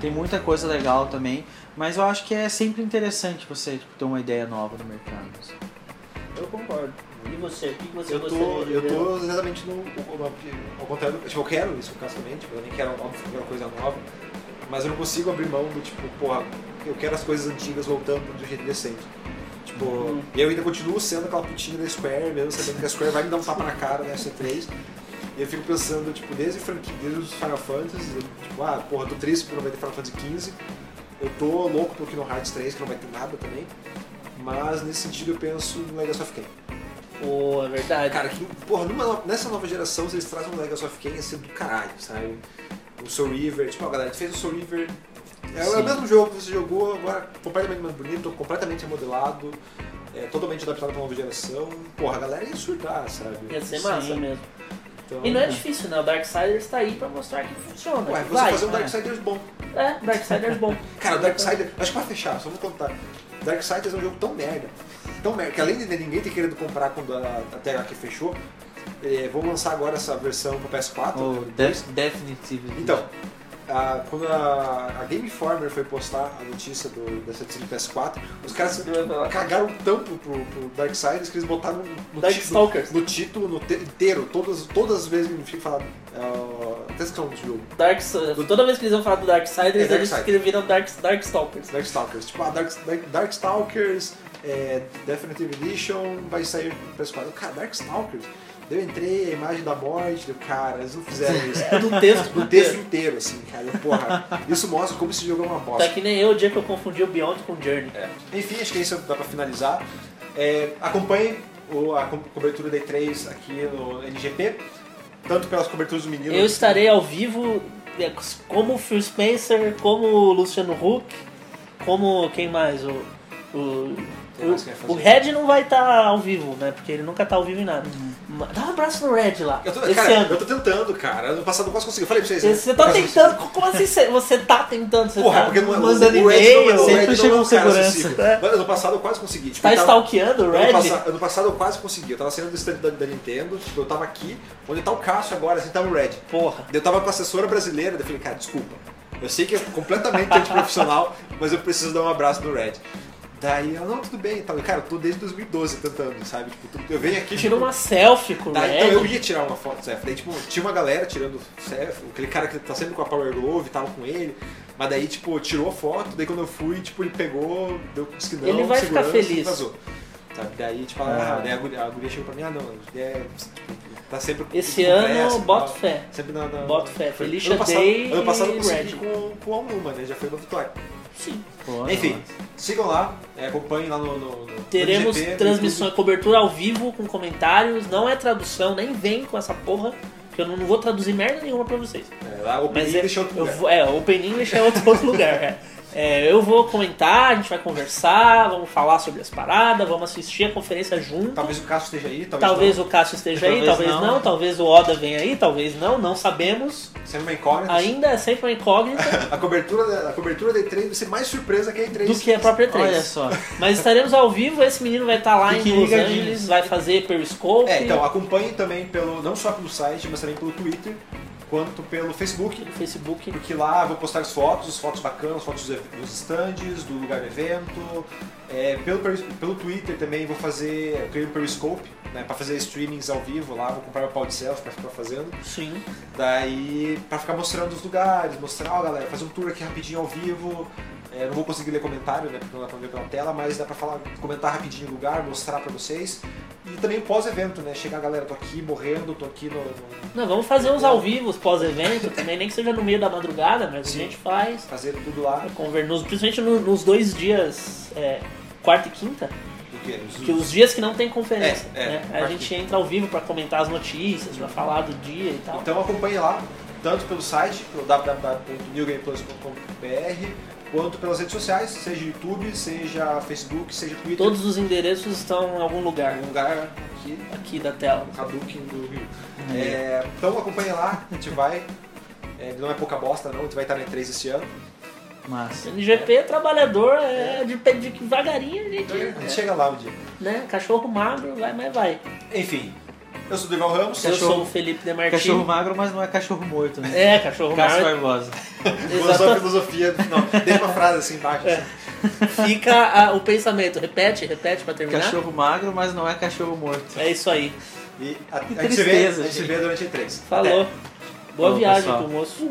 tem muita coisa legal também, mas eu acho que é sempre interessante você tipo, ter uma ideia nova no mercado. assim.
Eu concordo. E você? O que você
Eu tô,
gostaria de
eu
ver?
tô exatamente no, no- ao contrário. do- Tipo, eu quero isso, casualmente. Tipo, eu também quero, óbvio, eu quero coisa nova. Mas eu não consigo abrir mão do tipo, porra, eu quero as coisas antigas voltando de um jeito decente. Tipo,
Uhum.
e eu ainda continuo sendo aquela putinha da Square, mesmo sabendo que a Square vai me dar um tapa na cara na S3. E eu fico pensando, tipo, desde, franqui- desde os Final Fantasy, eu, tipo, ah, porra, eu tô triste por não vai ter Final Fantasy XV. Eu tô louco pelo Kingdom Hearts 3, que não vai ter nada também. Mas nesse sentido eu penso no Legacy of Kain.
Pô, é verdade.
Cara, que, porra, numa no- nessa nova geração, se eles trazem um Legacy of Kain, ia ser do caralho, sabe? O Soul River, tipo, a galera que fez o Soul River. É
Sim.
o mesmo jogo que você jogou, agora completamente mais bonito, completamente remodelado, é, totalmente adaptado pra nova geração. Porra, a galera ia surtar, sabe?
Ia ser massa
Sim.
mesmo.
Então,
E não é difícil, né? O Darksiders tá aí pra mostrar que funciona.
Ué,
que
você
vai.
fazer um
é.
Darksiders bom.
É, Darksiders bom.
Cara, o Darksiders, acho que pra fechar, só vou contar. Darksiders é um jogo tão merda, tão merda, que além de ninguém ter querido comprar quando a, a THQ fechou, eh, vão lançar agora essa versão pro PS4.
Oh,
O
né,
Def Definitive.
Então, a- quando a, a Game Informer foi postar a notícia do, dessa edição do PS4, os caras cagaram tanto pro, pro Darksiders que eles botaram no, título,
Darkstalkers.
no título no te- inteiro, todas, todas as vezes que fica falado. é, Até se calma do jogo.
Dark, toda vez que eles vão falar do Darksiders,
É
eles
Darksiders.
viram Dark, Darkstalkers.
Darkstalkers. Tipo, ah, Dark, Dark, Darkstalkers, é, Definitive Edition, vai sair pro PS4. Cara, Darkstalkers. Eu entrei, a imagem da morte, eu, cara, eles não fizeram isso.
Do texto
O texto inteiro, assim, cara. eu, Porra, isso mostra como esse jogo é uma bosta.
Tá que nem eu, o dia que eu confundi o Beyond com o Journey.
Enfim, acho que é isso dá pra finalizar. É, acompanhe o- a co- cobertura da E3 aqui no NGP, tanto pelas coberturas do menino.
Eu estarei ao vivo é, como o Phil Spencer, como o Luciano Huck, como quem mais? O, o,
Quem mais que vai
o,
fazer?
o Red não vai estar ao vivo, né? Porque ele nunca tá ao vivo em nada. Mas Dá um abraço no Red lá.
Uhum. Eu tô,
esse
cara,
ano.
eu tô tentando, cara. Ano passado eu quase consegui. Eu falei pra vocês. né?
Você tá
Eu quase consegui.
tentando, como assim você- você tá tentando? Você
Porra,
tá
porque não é- o-
mandando
o Red não é-
e-mail,
o
você
sempre
Red não é
chega
um
um
cara
segurança.
acessível.
É.
Mas Ano passado eu quase consegui. Tipo,
tá
eu tava-
stalkeando o
Ano
Red?
passado, ano passado eu quase consegui. Eu tava saindo do stand da, da Nintendo, tipo, eu tava aqui, onde tá o Cássio agora, assim, tá o Red.
Porra.
Daí Eu tava com a assessora brasileira, daí eu falei, cara, desculpa. Eu sei que é completamente antiprofissional, mas eu preciso dar um abraço no Red. Daí ela, não, tudo bem. e tal. Cara, eu tô desde 2012 tentando, sabe? Tipo, tu- eu venho aqui.
Tirou uma selfie com o
Daí,
Red.
então eu ia tirar uma foto, Zé. Daí, tipo, tinha uma galera tirando selfie, aquele cara que tá sempre com a Power Glove, tava com ele. Mas daí, tipo, tirou a foto, daí quando eu fui, tipo, ele pegou, deu disse que não,
Ele vai ficar
segurança,
feliz.
Vazou. Sabe? Daí, tipo, ah, daí a guria, a guria chegou pra mim, ah, não, é, tipo, tá sempre com-
Esse
com
ano,
pressa e
boto
tal.
fé.
Sempre na, na
Boto fé.
foi-
Felicia
ano passado,
Day
ano passado eu
e Red.
consegui com, com a Almuma, né? Já foi uma vitória.
Sim.
Pô,
Enfim,
nossa.
sigam lá, é, acompanhem lá no. no, no
Teremos
no GP, no
transmissão, cobertura ao vivo com comentários, não é tradução, nem vem com essa porra, que eu não vou traduzir merda nenhuma pra vocês.
YouTube. É, lá, o
Mas
Pedro
é,
deixou outro
eu
lugar.
vou, é, Open English é outro, outro lugar. é. É, eu vou comentar, a gente vai conversar, vamos falar sobre as paradas, vamos assistir a conferência junto. Talvez,
Talvez o Cássio esteja aí, talvez.
o Cássio esteja aí,
Talvez
talvez não.
não.
talvez o Oda venha aí, talvez não, não sabemos.
não. Sempre uma incógnita.
Ainda é sempre uma incógnita
A cobertura, da, a cobertura da E3 vai ser mais surpresa que a É, E3.
do que a própria
Olha
3.
só.
Mas estaremos ao vivo, esse menino vai estar lá
Fiquem
em Los
ligadinhos.
Angeles, vai fazer Periscope.
É, então acompanhem também pelo. não só pelo site, mas também pelo Twitter, quanto pelo Facebook.
no Facebook.
Porque lá eu vou postar as fotos, as fotos bacanas, fotos dos ev- dos stands, do lugar do evento. É, pelo, peris- pelo Twitter também vou fazer. Eu criei um Periscope, né? Pra fazer streamings ao vivo lá, vou comprar meu pau de selfie pra ficar fazendo.
Sim.
Daí, pra ficar mostrando os lugares, mostrar, ó galera, fazer um tour aqui rapidinho ao vivo. É, não vou conseguir ler comentário, né? Porque não dá pra ver pela tela, mas dá pra falar, comentar rapidinho o lugar, mostrar pra vocês. E também pós-evento, né? Chegar, galera, tô aqui morrendo, tô aqui no. no-
Não, vamos fazer uns ao vivo, os pós-evento também, nem que seja no meio da madrugada, mas
Sim.
a gente faz.
fazer tudo lá.
Conver- nos- Principalmente no- nos dois dias, é, quarta e quinta,
Do quê? Nos-
que os dias que não tem conferência.
É, é,
né? A
quarta e
gente entra ao vivo pra comentar as notícias, pra falar do dia e tal.
Então acompanhe lá, tanto pelo site, pelo www.newgameplus.com.br, quanto pelas redes sociais, seja YouTube, seja Facebook, seja Twitter.
Todos os endereços estão em algum lugar
Um lugar aqui,
aqui da tela.
o Hadouken do Rio. É, então acompanhe lá, a gente vai. é, não é pouca bosta não, a gente vai estar na E3 esse ano.
Massa.
NGP trabalhador, é, de, pe- de devagarinho a gente,
Então, a gente chega lá um dia.
né? Cachorro magro, vai, mas vai.
Enfim, eu sou o Durval Ramos.
Eu
Cachorro-
sou o Felipe Demartini.
Cachorro magro, mas não é cachorro morto, né?
É, cachorro
Cássio
magro.
Barbosa.
Vou usar a
Exato.
filosofia. Não, deixa uma frase assim embaixo. assim.
Fica a- o pensamento. Repete, repete pra terminar.
Cachorro magro, mas não é cachorro morto.
É isso aí.
E a,
Que
a gente se vê, a
tristeza,
gente se
gente.
vê durante a E3.
Falou. Boa
Falou,
viagem
É. pessoal.
pro moço.